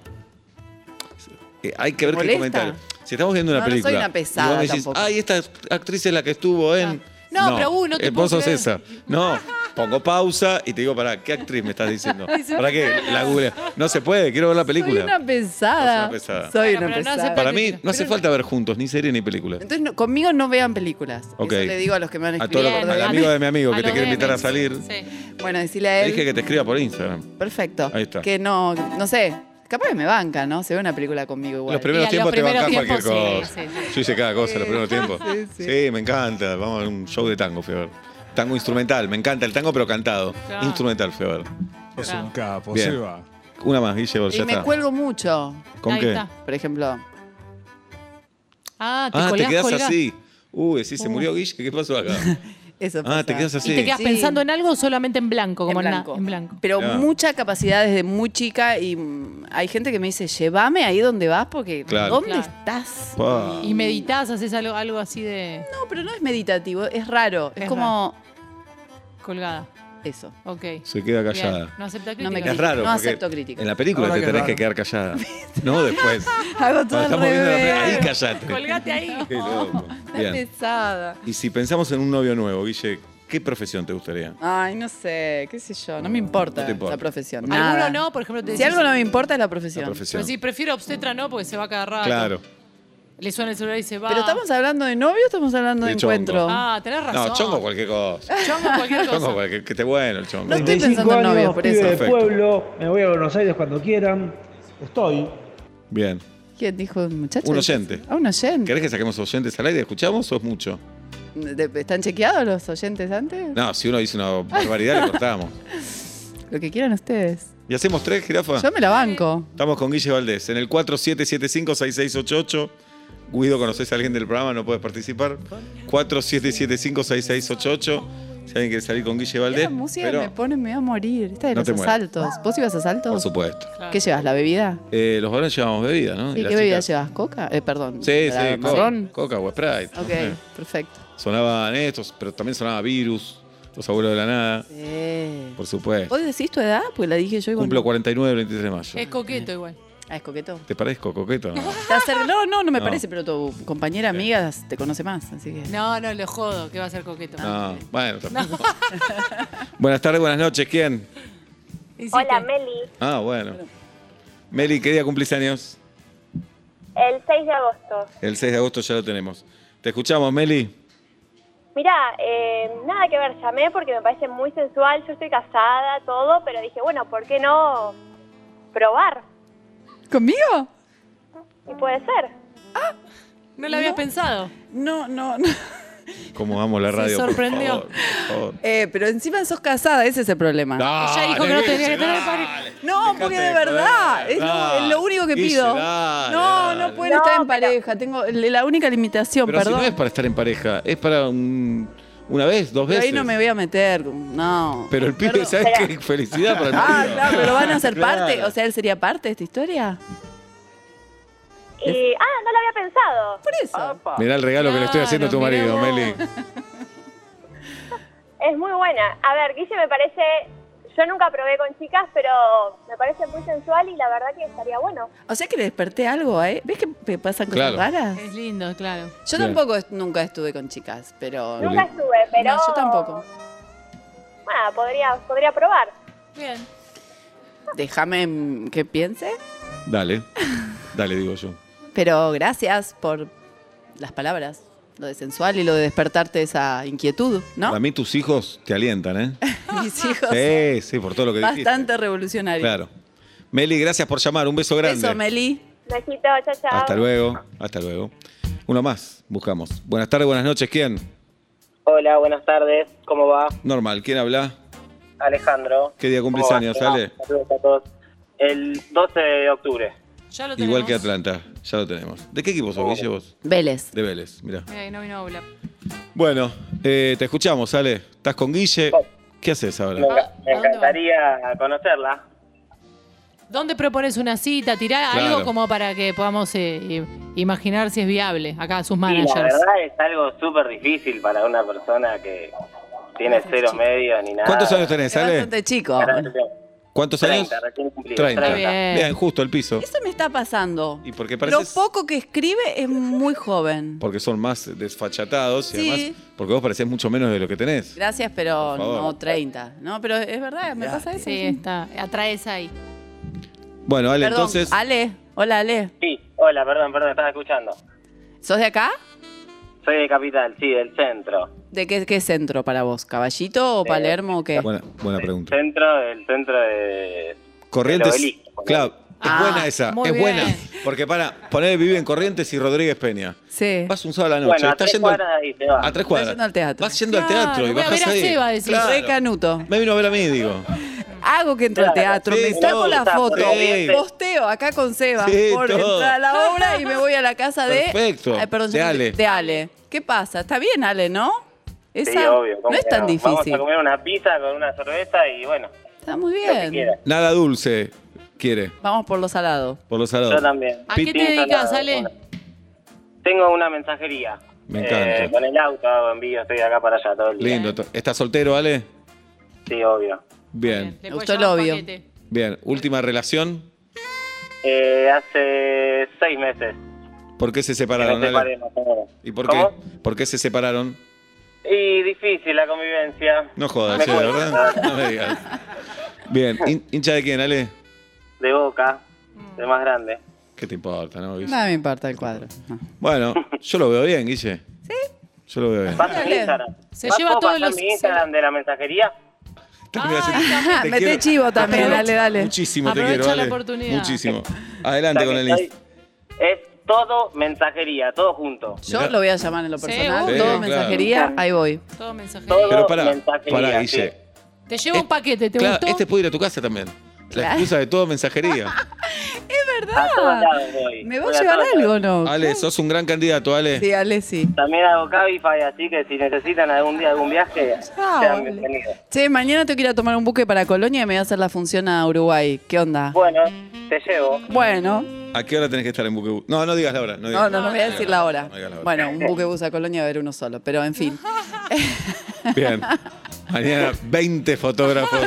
Speaker 2: Eh, hay que
Speaker 3: ¿Te
Speaker 2: ver qué
Speaker 3: molesta?
Speaker 2: comentario. Si estamos viendo una
Speaker 3: No, no soy
Speaker 2: película.
Speaker 3: una
Speaker 2: y
Speaker 3: pesada
Speaker 2: vos me decís,
Speaker 3: tampoco.
Speaker 2: ay, esta actriz es la que estuvo en.
Speaker 4: No, pero, uh, no te
Speaker 2: eh,
Speaker 4: puedo
Speaker 2: Vos sos
Speaker 4: creer.
Speaker 2: esa. No. Pongo pausa y te digo, pará, ¿qué actriz me estás
Speaker 3: [LAUGHS]
Speaker 2: diciendo? ¿Para qué? La googleo. No se puede, quiero ver la película.
Speaker 3: Soy una pesada.
Speaker 2: Sos una pesada.
Speaker 3: Soy
Speaker 4: Bueno,
Speaker 3: una
Speaker 4: pero no
Speaker 3: pesada.
Speaker 4: acepta-
Speaker 2: Para mí, no hace
Speaker 4: Pero-
Speaker 2: falta ver juntos, ni serie ni película.
Speaker 3: Entonces no- conmigo no vean películas.
Speaker 2: Ok.
Speaker 3: Eso le digo a los que me van a
Speaker 2: A todo
Speaker 3: escribir.
Speaker 2: lo- al
Speaker 4: Bien, bien.
Speaker 2: amigo de mi amigo que te
Speaker 4: los
Speaker 2: quiere invitar a
Speaker 4: memes.
Speaker 2: salir.
Speaker 4: Sí.
Speaker 3: Bueno, decirle a
Speaker 2: Le
Speaker 3: él.
Speaker 2: dije que te escriba por Instagram.
Speaker 3: Perfecto.
Speaker 2: Ahí está.
Speaker 3: Que no, no sé, capaz que me banca, ¿no? Se ve una película conmigo igual.
Speaker 2: Los primeros
Speaker 4: Y a
Speaker 2: tiempos
Speaker 4: los
Speaker 2: te bancás
Speaker 4: primeros
Speaker 2: cualquier
Speaker 4: tiempos,
Speaker 2: cosa.
Speaker 4: sí,
Speaker 2: Yo hice cada cosa los primeros tiempos. Sí,
Speaker 3: Sí, sí.
Speaker 2: me encanta. Vamos a un show de tango, fui a ver. Tango instrumental, me encanta el tango, pero cantado.
Speaker 4: Claro.
Speaker 2: Instrumental, fui a ver.
Speaker 5: Es un capo,
Speaker 2: Bien.
Speaker 5: Seba.
Speaker 2: Una más, Guille,
Speaker 3: y
Speaker 2: ya
Speaker 3: me
Speaker 2: está.
Speaker 3: cuelgo mucho.
Speaker 2: ¿Con
Speaker 4: Ahí
Speaker 2: qué?
Speaker 4: está.
Speaker 3: Por ejemplo,
Speaker 4: Ah, te
Speaker 2: Ah, te
Speaker 4: colgás,
Speaker 2: quedas
Speaker 4: colgás.
Speaker 2: así. Uy, sí, se
Speaker 4: Uh.
Speaker 2: murió Guille, ¿qué pasó
Speaker 4: [LAUGHS]
Speaker 2: acá?
Speaker 3: eso
Speaker 2: Ah, te
Speaker 3: pasa.
Speaker 2: quedas así.
Speaker 4: ¿Y te quedas
Speaker 3: Sí.
Speaker 4: pensando en algo o solamente en blanco? Como
Speaker 3: en
Speaker 4: na-
Speaker 3: blanco.
Speaker 4: en blanco.
Speaker 3: Pero
Speaker 2: Claro.
Speaker 3: mucha capacidad desde muy chica y mm, hay gente que me dice, llévame ahí donde vas porque
Speaker 2: Claro.
Speaker 3: ¿dónde
Speaker 4: Claro.
Speaker 3: estás?
Speaker 2: Pa.
Speaker 4: Y meditas, haces algo, algo así de
Speaker 3: No, pero no es meditativo, es raro. Es,
Speaker 4: Es
Speaker 3: como
Speaker 4: colgada.
Speaker 3: eso.
Speaker 4: Ok.
Speaker 2: Se queda
Speaker 4: Bien.
Speaker 2: callada.
Speaker 4: No acepta
Speaker 3: No me
Speaker 4: críticas.
Speaker 2: Es raro.
Speaker 3: No
Speaker 2: porque
Speaker 3: acepto críticas.
Speaker 2: En la película
Speaker 5: Ahora
Speaker 2: te
Speaker 5: que
Speaker 2: tenés
Speaker 5: raro.
Speaker 2: que quedar
Speaker 4: [LAUGHS]
Speaker 2: callada. No después.
Speaker 3: Hago
Speaker 2: Cuando estamos viendo la película, ahí callate.
Speaker 4: Colgate ahí.
Speaker 2: Qué loco.
Speaker 3: Está
Speaker 4: [LAUGHS]
Speaker 2: Bien.
Speaker 3: pesada.
Speaker 2: Y si pensamos en un novio nuevo, Guille, ¿qué profesión te gustaría?
Speaker 3: Ay, no sé, qué sé yo, no me importa
Speaker 2: No te importa.
Speaker 3: la profesión.
Speaker 4: Alguno
Speaker 3: nada.
Speaker 4: no, por ejemplo, te
Speaker 3: Si
Speaker 4: decís-
Speaker 3: algo no me importa es la profesión.
Speaker 2: La
Speaker 4: Pero
Speaker 2: profesión.
Speaker 4: si prefiero obstetra no, porque se va cada
Speaker 3: ah,
Speaker 4: rato.
Speaker 2: Claro.
Speaker 4: Le suena el celular y se va.
Speaker 3: Pero estamos hablando de novio o estamos hablando de,
Speaker 2: De chongo.
Speaker 3: encuentro.
Speaker 4: Ah, tenés razón.
Speaker 2: No, chongo cualquier
Speaker 3: [LAUGHS]
Speaker 2: cosa.
Speaker 4: Chongo cualquier cosa.
Speaker 2: [LAUGHS] Chongo cualquier, que esté bueno el chongo.
Speaker 3: No estoy
Speaker 6: 35
Speaker 3: pensando en
Speaker 6: años,
Speaker 3: novio, por
Speaker 6: pibe
Speaker 3: eso.
Speaker 6: de
Speaker 2: Perfecto.
Speaker 6: pueblo, me voy a Buenos Aires cuando quieran. Estoy.
Speaker 2: Bien.
Speaker 3: ¿Quién dijo un muchacho?
Speaker 2: Un oyente.
Speaker 3: Ah, un oyente.
Speaker 2: ¿Querés que saquemos oyentes al aire? ¿Escuchamos o es mucho?
Speaker 3: De- ¿Están chequeados los oyentes antes?
Speaker 2: No, si uno dice una barbaridad, le cortamos.
Speaker 3: Lo que quieran ustedes.
Speaker 2: ¿Y hacemos tres, jirafa?
Speaker 3: Yo me la banco.
Speaker 2: Estamos con Guille Valdés en el 4775-6688. Guido, ¿conoces a alguien del programa? No puedes participar. 4775-6688. Si alguien quiere salir con Guille Valdés.
Speaker 3: Esta música
Speaker 2: pero-
Speaker 3: me pone, me va a morir. Esta de
Speaker 2: No te
Speaker 3: los
Speaker 2: mueras.
Speaker 3: asaltos. ¿Vos ibas a
Speaker 2: Por
Speaker 3: asaltos?
Speaker 2: supuesto.
Speaker 4: Claro.
Speaker 3: ¿Qué llevas? ¿La bebida?
Speaker 2: Eh, los varones llevamos bebida, ¿no?
Speaker 3: ¿Y
Speaker 2: las
Speaker 3: qué bebida
Speaker 2: chicas-
Speaker 3: llevas? ¿Coca? Eh, perdón.
Speaker 2: Sí,
Speaker 3: ¿La
Speaker 2: sí, co-
Speaker 3: marrón?
Speaker 2: Coca o Sprite. no
Speaker 3: Ok,
Speaker 2: sé.
Speaker 3: perfecto.
Speaker 2: Sonaban estos, pero también sonaba Virus, Los Abuelos de la Nada,
Speaker 3: Sí.
Speaker 2: por supuesto.
Speaker 3: ¿Vos decís tu edad? Pues la dije yo y vos
Speaker 2: Eh. Cumplo
Speaker 3: no.
Speaker 2: 49 el 23 de mayo.
Speaker 4: Es
Speaker 3: Eh.
Speaker 4: coqueto igual.
Speaker 3: Ah, es coqueto.
Speaker 2: ¿Te parezco coqueto? No.
Speaker 3: Está cerca- No, no, no me
Speaker 2: No.
Speaker 3: parece, pero tu compañera amiga te conoce más, así que.
Speaker 4: No, no, le jodo, que va a ser coqueto.
Speaker 2: No, bueno, tampoco. [LAUGHS] buenas tardes, buenas noches. ¿Quién?
Speaker 4: Insiste.
Speaker 7: Hola Meli,
Speaker 2: Ah, bueno. Meli, ¿qué día cumplís años?
Speaker 7: el 6 de agosto.
Speaker 2: El 6 de agosto ya lo tenemos. Te escuchamos, Meli.
Speaker 7: Mirá, eh, nada que ver, llamé porque me parece muy sensual, yo estoy casada, todo, pero dije, bueno, ¿por qué no probar?
Speaker 3: ¿Conmigo?
Speaker 7: Y puede ser.
Speaker 4: No lo habías pensado.
Speaker 3: No, no, no.
Speaker 2: ¿Cómo amo la
Speaker 4: Se
Speaker 2: radio? por
Speaker 4: sorprendió.
Speaker 2: favor, por favor.
Speaker 3: Eh, pero encima sos casada, ese es el problema.
Speaker 4: Ella dijo que no
Speaker 2: Dale,
Speaker 4: tenía
Speaker 2: Guille,
Speaker 4: que tener
Speaker 2: dale.
Speaker 4: pareja.
Speaker 3: No, porque de verdad, es lo, es lo único que
Speaker 2: Guille,
Speaker 3: pido.
Speaker 2: dale,
Speaker 3: no,
Speaker 2: dale.
Speaker 3: no pueden estar en pareja, tengo la única limitación,
Speaker 2: Pero si
Speaker 3: perdón.
Speaker 2: no es para estar en pareja, es para un- una vez, dos
Speaker 3: pero
Speaker 2: veces.
Speaker 3: ahí no me voy a meter, no.
Speaker 2: Pero el pibe,
Speaker 7: Perdón.
Speaker 2: ¿sabes
Speaker 7: Espera.
Speaker 2: qué? Felicidad para el
Speaker 3: Ah,
Speaker 2: pibe.
Speaker 3: claro, pero van a ser
Speaker 2: Claro.
Speaker 3: parte, o sea, él sería parte de esta historia.
Speaker 7: Y, ah, no lo había pensado.
Speaker 3: Por eso.
Speaker 2: Mirá el regalo que le estoy haciendo a tu
Speaker 4: Claro, mirá
Speaker 2: marido,
Speaker 4: vos.
Speaker 2: Meli.
Speaker 7: Es muy buena. A ver, Guille me parece, yo nunca probé con chicas, pero me parece muy sensual y la verdad que estaría bueno.
Speaker 3: O sea que le desperté algo, ¿eh? ¿Ves que me pasan cosas
Speaker 2: Claro.
Speaker 3: raras?
Speaker 4: Es lindo, claro.
Speaker 3: Yo
Speaker 2: Bien.
Speaker 3: tampoco est- nunca estuve con chicas, pero.
Speaker 2: Juli.
Speaker 7: Nunca estuve, pero...
Speaker 3: No, yo tampoco.
Speaker 7: Bueno, podría, podría probar.
Speaker 4: Bien.
Speaker 3: Déjame mm, que piense.
Speaker 2: Dale, dale, digo yo.
Speaker 3: Pero gracias por las palabras, lo de sensual y lo de despertarte esa inquietud, ¿no?
Speaker 2: A mí tus hijos te alientan, ¿eh?
Speaker 3: [LAUGHS] Mis hijos.
Speaker 2: Sí, sí, por todo lo que dijiste.
Speaker 3: Bastante revolucionario.
Speaker 2: Claro. Meli, gracias por llamar. Un beso grande.
Speaker 3: Eso, Meli.
Speaker 7: Besito, chao, chao.
Speaker 2: Hasta luego, hasta luego. Uno más, buscamos. Buenas tardes, buenas noches. ¿Quién?
Speaker 8: Hola, buenas tardes. ¿Cómo va?
Speaker 2: Normal, ¿quién habla?
Speaker 8: Alejandro.
Speaker 2: ¿Qué día cumplís
Speaker 8: ¿Cómo va?
Speaker 2: años,
Speaker 8: Ah,
Speaker 2: Ale?
Speaker 8: Saludos a todos. El 12 de octubre.
Speaker 4: Ya lo tenemos. Oh.
Speaker 2: Igual que Atlanta. Ya lo tenemos. ¿De qué equipo sos, Guille, vos?
Speaker 3: Vélez.
Speaker 2: De Vélez, mirá.
Speaker 4: Mira, no vino Oblak.
Speaker 2: Bueno, eh, te escuchamos, Ale. ¿Estás con Guille? ¿Qué haces ahora?
Speaker 8: Me, enca- me
Speaker 4: Ah, ¿A dónde
Speaker 8: encantaría conocerla.
Speaker 4: ¿Dónde propones una cita? Tirá
Speaker 2: Claro.
Speaker 4: algo como para que podamos eh, i- imaginar si es viable acá sus
Speaker 8: Y la
Speaker 4: managers.
Speaker 8: verdad es algo súper difícil para una persona que tiene cero medios ni nada.
Speaker 2: ¿Cuántos años tenés,
Speaker 3: Es
Speaker 2: Ale?
Speaker 3: bastante chico.
Speaker 2: ¿Cuántos años?
Speaker 8: 30, recién cumplido.
Speaker 2: 30.
Speaker 4: Está bien.
Speaker 2: Bien, justo el piso.
Speaker 3: Eso me está pasando.
Speaker 2: Y porque
Speaker 3: Lo
Speaker 2: pareces.
Speaker 3: poco que escribe es muy joven.
Speaker 2: Porque son más desfachatados y
Speaker 3: Sí.
Speaker 2: además. Porque vos parecés mucho menos de lo que tenés.
Speaker 3: Gracias, pero
Speaker 2: Por favor.
Speaker 3: no 30. No, pero es verdad, me pasa eso.
Speaker 4: Sí, está. Atraes ahí.
Speaker 2: Bueno, Ale,
Speaker 3: Perdón,
Speaker 2: entonces.
Speaker 3: Ale. Hola, Ale.
Speaker 8: Sí, hola, perdón, perdón, estaba escuchando.
Speaker 3: ¿Sos de acá?
Speaker 8: Soy de Capital, sí, del centro.
Speaker 3: ¿De qué, qué centro para vos? ¿Caballito o Palermo o qué?
Speaker 2: Buena, buena pregunta.
Speaker 8: Centro, del centro de...
Speaker 2: Corrientes.
Speaker 8: del obelisco.
Speaker 2: Claro, es
Speaker 4: Ah,
Speaker 2: buena esa,
Speaker 4: muy
Speaker 2: es
Speaker 4: bien.
Speaker 2: buena. Porque para poner vive en Corrientes y Rodríguez Peña.
Speaker 3: Sí.
Speaker 2: Vas un sábado a la noche,
Speaker 8: Bueno, a
Speaker 2: estás
Speaker 8: tres
Speaker 2: yendo al-
Speaker 8: cuadras de ahí te vas.
Speaker 2: a tres cuadras.
Speaker 3: yendo al teatro.
Speaker 2: Vas yendo al
Speaker 4: Claro,
Speaker 2: teatro y
Speaker 4: voy a
Speaker 2: bajas
Speaker 4: ver a
Speaker 2: ahí.
Speaker 4: Seba, decís.
Speaker 2: Claro.
Speaker 3: Re canuto.
Speaker 2: Me vino a ver a mí, digo.
Speaker 3: Hago que entro al
Speaker 8: Claro.
Speaker 3: teatro,
Speaker 2: Sí,
Speaker 3: me saco
Speaker 2: todo.
Speaker 3: la foto,
Speaker 2: Sí.
Speaker 3: posteo acá con Seba
Speaker 2: Sí,
Speaker 3: por
Speaker 2: todo.
Speaker 3: entrar a la obra y me voy a la casa de.
Speaker 2: Perfecto.
Speaker 3: Ay, perdón,
Speaker 2: De
Speaker 3: yo-
Speaker 2: Ale.
Speaker 3: de Ale. ¿Qué pasa? Está bien, Ale, ¿no? Esa
Speaker 8: Sí, obvio. ¿cómo
Speaker 3: no es
Speaker 8: que
Speaker 3: tan
Speaker 8: Vamos
Speaker 3: difícil.
Speaker 8: a comer una pizza con una cerveza y bueno,
Speaker 3: Está muy
Speaker 8: lo que
Speaker 3: bien.
Speaker 8: quieras.
Speaker 2: Nada dulce quiere,
Speaker 3: Vamos por lo salado.
Speaker 2: por los
Speaker 8: Yo
Speaker 2: salados.
Speaker 8: también.
Speaker 4: ¿A qué
Speaker 2: Piti.
Speaker 4: te dedicas, Ale?
Speaker 8: Bueno, Tengo una mensajería. Eh,
Speaker 2: Me encanta.
Speaker 8: con el auto hago envío, estoy de acá para allá todo el día.
Speaker 2: Lindo. to- ¿Estás soltero, Ale?
Speaker 8: Sí, obvio.
Speaker 2: Bien,
Speaker 4: Le
Speaker 3: Me
Speaker 4: puedes
Speaker 3: gustó
Speaker 4: llevar
Speaker 3: el obvio.
Speaker 4: paquete.
Speaker 2: bien. Última relación.
Speaker 8: Eh, hace seis meses
Speaker 2: ¿Por qué se
Speaker 8: que
Speaker 2: separaron,
Speaker 8: me
Speaker 2: Ale?
Speaker 8: separé más o menos.
Speaker 2: ¿Y por
Speaker 8: ¿Cómo?
Speaker 2: qué? ¿Por qué se separaron?
Speaker 8: Y difícil la convivencia.
Speaker 2: No jodas,
Speaker 8: Me
Speaker 2: che, de
Speaker 8: cuesta.
Speaker 2: verdad. No me digas. Bien, hin- hincha de quién, Ale?
Speaker 8: De boca, de más grande.
Speaker 2: ¿Qué te importa, no? Guille?
Speaker 3: No me importa el cuadro. no.
Speaker 2: Bueno, yo lo veo bien, Guille. ¿Sí? Yo lo veo bien.
Speaker 8: Pasa mi
Speaker 3: Dale.
Speaker 8: Instagram.
Speaker 4: Se
Speaker 8: ¿Vas-
Speaker 4: lleva
Speaker 8: puedo
Speaker 4: todos
Speaker 8: pasar
Speaker 4: los-
Speaker 8: mi Instagram de la mensajería?
Speaker 2: Termina
Speaker 4: Ay,
Speaker 2: siendo-
Speaker 3: ajá,
Speaker 2: te
Speaker 3: meté
Speaker 2: quiero-
Speaker 3: chivo también,
Speaker 2: Aprovecha-
Speaker 3: dale, dale.
Speaker 2: Muchísimo te
Speaker 4: Aprovecha
Speaker 2: quiero,
Speaker 4: la
Speaker 2: dale.
Speaker 4: oportunidad.
Speaker 2: Muchísimo. Adelante
Speaker 8: Ya
Speaker 2: con
Speaker 8: que
Speaker 2: el
Speaker 8: estoy-
Speaker 2: Insta.
Speaker 8: Es todo mensajería, todo junto.
Speaker 3: Yo
Speaker 2: Mirá.
Speaker 3: lo voy a llamar en lo personal,
Speaker 4: Sí,
Speaker 3: todo
Speaker 2: claro.
Speaker 3: mensajería, ahí voy.
Speaker 4: Todo mensaje.
Speaker 8: Todo
Speaker 2: Pero pará,
Speaker 8: mensajería,
Speaker 2: pará,
Speaker 8: sí.
Speaker 2: Guille.
Speaker 4: Te llevo un paquete, ¿te
Speaker 2: Claro,
Speaker 4: gustó?
Speaker 2: este puede ir a tu casa también. La
Speaker 3: Claro.
Speaker 2: excusa de todo
Speaker 3: [LAUGHS]
Speaker 2: mensajería.
Speaker 8: A todos lados voy.
Speaker 3: Ah, ¿Me va
Speaker 8: Voy
Speaker 3: a llevar
Speaker 8: todos lados.
Speaker 3: algo o no?
Speaker 2: Ale, sos un gran candidato, Ale.
Speaker 3: Sí, Ale, sí.
Speaker 8: También hago Cabify, así que si necesitan algún día algún viaje,
Speaker 3: Ah,
Speaker 8: sean
Speaker 3: vale.
Speaker 8: bienvenidos.
Speaker 3: Che, mañana tengo que ir a tomar un buque para Colonia y me voy a hacer la función a Uruguay. ¿Qué onda?
Speaker 8: Bueno, te llevo.
Speaker 3: Bueno,
Speaker 2: ¿A qué hora tenés que estar en Buquebú? No, no digas la hora. No, digas
Speaker 3: no, no, no voy a decir la hora.
Speaker 2: No digas la hora.
Speaker 3: Bueno, un buquebus a Colonia va a haber uno solo, pero en fin. [LAUGHS]
Speaker 2: Bien. Mañana 20 fotógrafos.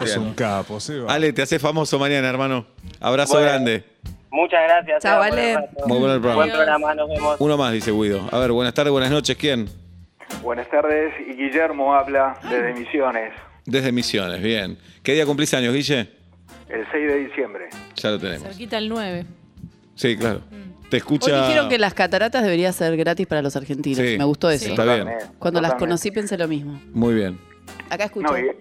Speaker 5: Es
Speaker 2: Bien.
Speaker 5: un capo, Seba.
Speaker 2: Ale, te haces famoso mañana, hermano. Abrazo
Speaker 8: Bueno.
Speaker 2: grande.
Speaker 8: Muchas gracias.
Speaker 3: Chao,
Speaker 8: Seba, por el
Speaker 3: Ale.
Speaker 8: rato.
Speaker 2: Muy bueno el programa.
Speaker 8: Buen programa, nos vemos.
Speaker 2: Uno más, dice Guido. A ver, buenas tardes, buenas noches. ¿Quién?
Speaker 9: Buenas tardes, y Guillermo habla desde Misiones,
Speaker 2: Desde Misiones, bien. ¿Qué día cumplís años, Guille?
Speaker 9: el 6 de diciembre.
Speaker 2: Ya lo tenemos.
Speaker 4: Cerquita el 9.
Speaker 2: Sí, claro. Te
Speaker 3: Mm. Hoy
Speaker 2: escucha.
Speaker 3: dijeron que las cataratas deberían ser gratis para los argentinos.
Speaker 2: Sí.
Speaker 3: Me gustó eso.
Speaker 2: Está bien.
Speaker 3: Cuando las
Speaker 9: Totalmente.
Speaker 3: conocí pensé lo mismo.
Speaker 2: Muy bien.
Speaker 3: Acá escucho.
Speaker 9: No, y,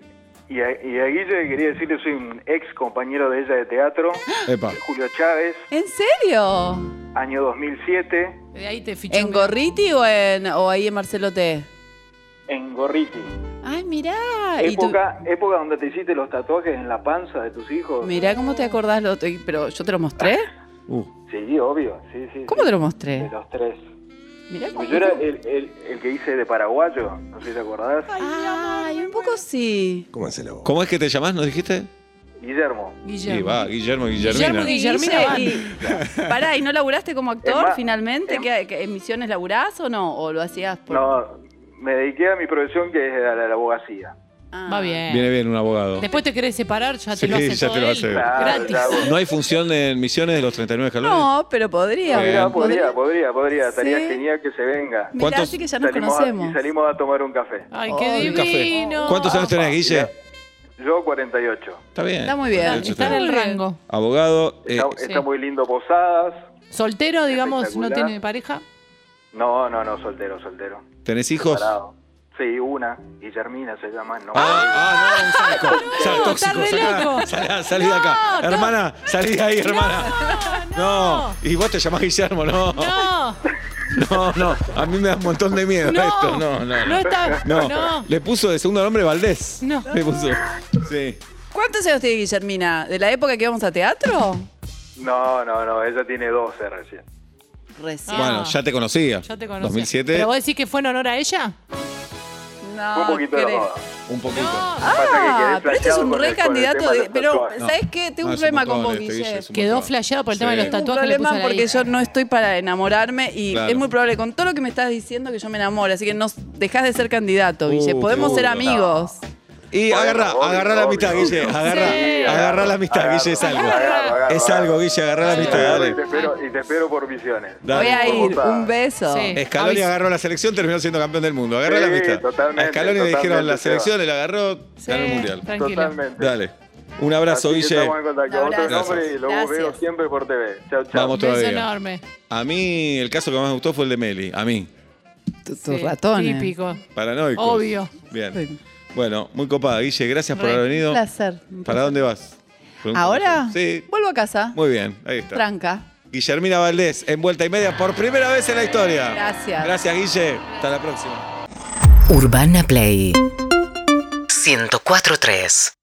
Speaker 9: y a, y a Guille quería decirle, soy un ex compañero de ella de teatro,
Speaker 2: Epa.
Speaker 9: Julio Chávez,
Speaker 3: ¿En serio?
Speaker 9: año 2007,
Speaker 4: De ahí te fichó.
Speaker 3: ¿En Gorriti o, en, o ahí en Marcelo T?
Speaker 9: en Gorriti.
Speaker 3: Ay, mirá. Ah, Y tú-
Speaker 9: Época, época donde te hiciste los tatuajes en la panza de tus hijos.
Speaker 3: mirá cómo te acordás. Lo, y- pero yo te lo mostré.
Speaker 2: Uh,
Speaker 9: Sí, obvio, sí, sí.
Speaker 3: ¿Cómo
Speaker 9: sí.
Speaker 3: te lo
Speaker 9: De
Speaker 3: mostré?
Speaker 9: los tres.
Speaker 3: Mirá cómo.
Speaker 9: Yo era el, el- el que hice de paraguayo, no sé si te acordás.
Speaker 3: Ay, un poco sí.
Speaker 5: Cómansela vos.
Speaker 2: ¿Cómo es que te llamás? ¿Nos dijiste?
Speaker 9: Guillermo.
Speaker 2: Y
Speaker 4: Guillermo.
Speaker 2: va, Guillermo,
Speaker 4: Guillermo,
Speaker 2: Guillermina.
Speaker 4: Guillermo. Guillermina Van. [LAUGHS]
Speaker 3: y- pará, ¿y no laburaste como actor
Speaker 9: Es más,
Speaker 3: finalmente?
Speaker 9: es-
Speaker 3: ¿Qué, qué- en misiones laburás o no? ¿O lo hacías por.?
Speaker 9: No, me dediqué a mi profesión que es a la, la abogacía.
Speaker 3: Ah.
Speaker 4: Va bien.
Speaker 2: Viene bien un abogado.
Speaker 4: Después te querés separar, ya te
Speaker 2: Sí,
Speaker 4: lo hace
Speaker 2: ya
Speaker 4: todo
Speaker 2: te lo
Speaker 4: él.
Speaker 2: hace.
Speaker 9: Claro,
Speaker 4: Gratis.
Speaker 9: ya, bueno.
Speaker 2: ¿No hay función en Misiones de los 39 escalones?
Speaker 3: No, pero podría.
Speaker 2: Ah,
Speaker 9: Mirá,
Speaker 2: Bien.
Speaker 9: podría, podría, podría. Estaría
Speaker 3: Sí.
Speaker 9: genial que se venga.
Speaker 3: Mirá,
Speaker 2: ¿Cuántos-
Speaker 3: así que ya nos
Speaker 9: Salimos a-
Speaker 3: conocemos.
Speaker 9: y salimos a tomar un café.
Speaker 4: Ay,
Speaker 3: Oh,
Speaker 4: qué
Speaker 2: Un café.
Speaker 4: divino.
Speaker 2: ¿Cuántos años tenés, Guille?
Speaker 9: Yo 48.
Speaker 2: Está bien.
Speaker 3: Está muy bien.
Speaker 2: Está
Speaker 4: Está en el
Speaker 3: Muy bien.
Speaker 4: rango.
Speaker 2: Abogado. eh,
Speaker 9: Está, está muy lindo Posadas.
Speaker 4: Soltero, digamos, no
Speaker 9: Espectacular.
Speaker 4: tiene pareja.
Speaker 9: No, no, no, soltero, soltero.
Speaker 2: ¿Tenés hijos? Ah,
Speaker 9: Parado. Sí, una. Guillermina se llama. No.
Speaker 2: ah, no, un saco.
Speaker 4: [LAUGHS]
Speaker 2: Sal,
Speaker 4: no,
Speaker 2: tóxico,
Speaker 4: estás re
Speaker 2: sacá.
Speaker 4: loco.
Speaker 2: Salá, salí de acá.
Speaker 4: No,
Speaker 2: hermana, salí de ahí, hermana. No,
Speaker 4: no.
Speaker 2: Y vos te llamás Guillermo, no.
Speaker 4: No,
Speaker 2: No, no, a mí me da un montón de miedo
Speaker 4: No.
Speaker 2: esto. No, no,
Speaker 4: no
Speaker 2: no.
Speaker 4: está.
Speaker 2: No.
Speaker 4: No.
Speaker 2: le puso de segundo nombre Valdés.
Speaker 4: No.
Speaker 2: Le puso. Sí.
Speaker 3: ¿Cuántos años tiene Guillermina? ¿De la época que íbamos a teatro?
Speaker 9: No, no, no, ella tiene 12 recién.
Speaker 3: Recién.
Speaker 2: Bueno, ya te conocía.
Speaker 4: Yo Ah. te conocía.
Speaker 2: 2007,
Speaker 4: ¿Pero vos decís que fue en honor a ella?
Speaker 3: No,
Speaker 9: Fue un poquito de la
Speaker 3: creo.
Speaker 9: moda.
Speaker 2: un poquito.
Speaker 4: No.
Speaker 9: Pasa que quedé
Speaker 3: Ah, pero este es
Speaker 9: flasheado
Speaker 3: un
Speaker 9: con
Speaker 3: re
Speaker 9: el- con el
Speaker 3: candidato
Speaker 9: tema
Speaker 3: de.
Speaker 9: del
Speaker 3: Pero,
Speaker 9: tatuaje.
Speaker 3: ¿sabes qué? Tengo
Speaker 2: No,
Speaker 3: un
Speaker 2: es
Speaker 3: problema
Speaker 2: montón
Speaker 3: con vos,
Speaker 2: este, Guille,
Speaker 3: Guille.
Speaker 2: es un
Speaker 4: Quedó
Speaker 2: montón.
Speaker 4: flasheado por el tema
Speaker 2: Sí.
Speaker 4: de los
Speaker 2: Tengo
Speaker 3: Tengo un
Speaker 4: tatuajes que le puso
Speaker 3: problema
Speaker 4: a la
Speaker 3: porque
Speaker 4: hija.
Speaker 3: yo no estoy para enamorarme y
Speaker 2: Claro.
Speaker 3: es muy probable con todo lo que me estás diciendo que yo me enamore, así que no dejás de ser candidato, Guille.
Speaker 2: Uh,
Speaker 3: Podemos ser
Speaker 2: seguro.
Speaker 3: amigos.
Speaker 2: Y
Speaker 9: Obvio,
Speaker 2: agarra,
Speaker 9: obvio,
Speaker 2: agarra la
Speaker 9: obvio,
Speaker 2: mitad, Guille.
Speaker 9: obvio.
Speaker 2: Agarra,
Speaker 4: Sí.
Speaker 2: agarra la mitad,
Speaker 9: Agarro,
Speaker 2: Guille, es algo.
Speaker 9: agarro, agarro,
Speaker 2: Es algo, Guille, agarra la mitad,
Speaker 9: Agarro
Speaker 2: Ah, dale.
Speaker 9: Y te, espero, y te espero por misiones.
Speaker 2: Dale.
Speaker 3: Voy a
Speaker 9: Por
Speaker 3: ir.
Speaker 9: votar.
Speaker 3: Un beso.
Speaker 4: Sí.
Speaker 2: Scaloni
Speaker 4: Avis-
Speaker 2: agarró la selección, terminó siendo campeón del mundo. Agarra
Speaker 9: Sí,
Speaker 2: la mitad.
Speaker 9: totalmente,
Speaker 2: a Scaloni le dijeron la
Speaker 9: totalmente,
Speaker 2: selección, él agarró,
Speaker 4: Sí,
Speaker 2: ganó el mundial.
Speaker 4: Tranquilo.
Speaker 9: Totalmente.
Speaker 2: Dale. Un abrazo,
Speaker 9: Así que
Speaker 2: Guille.
Speaker 9: Estamos en contacto.
Speaker 3: Un
Speaker 9: Otro
Speaker 3: abrazo.
Speaker 9: nombre y lo
Speaker 3: Gracias.
Speaker 9: veo siempre por TV. Chao, chao.
Speaker 2: Vamos
Speaker 4: Beso
Speaker 2: todavía.
Speaker 4: enorme.
Speaker 2: A mí el caso que más me gustó fue el de Meli. A mí.
Speaker 3: Tu- eh. Tus
Speaker 4: Sí,
Speaker 3: ratones.
Speaker 4: Típico.
Speaker 2: Paranoico.
Speaker 4: Obvio.
Speaker 2: Bien.
Speaker 3: Sí.
Speaker 2: Bueno, muy copada, Guille. Gracias por
Speaker 4: Re.
Speaker 2: haber
Speaker 3: Un
Speaker 2: venido.
Speaker 3: placer.
Speaker 2: ¿Para dónde vas?
Speaker 3: ¿Ahora?
Speaker 2: Sí.
Speaker 3: Vuelvo a casa.
Speaker 2: Muy bien, ahí está.
Speaker 3: Tranca.
Speaker 2: Guillermina Valdés, en vuelta y media, por primera vez en la historia.
Speaker 3: Gracias.
Speaker 2: Gracias, Guille. Hasta la próxima.
Speaker 5: Urbana Play 1043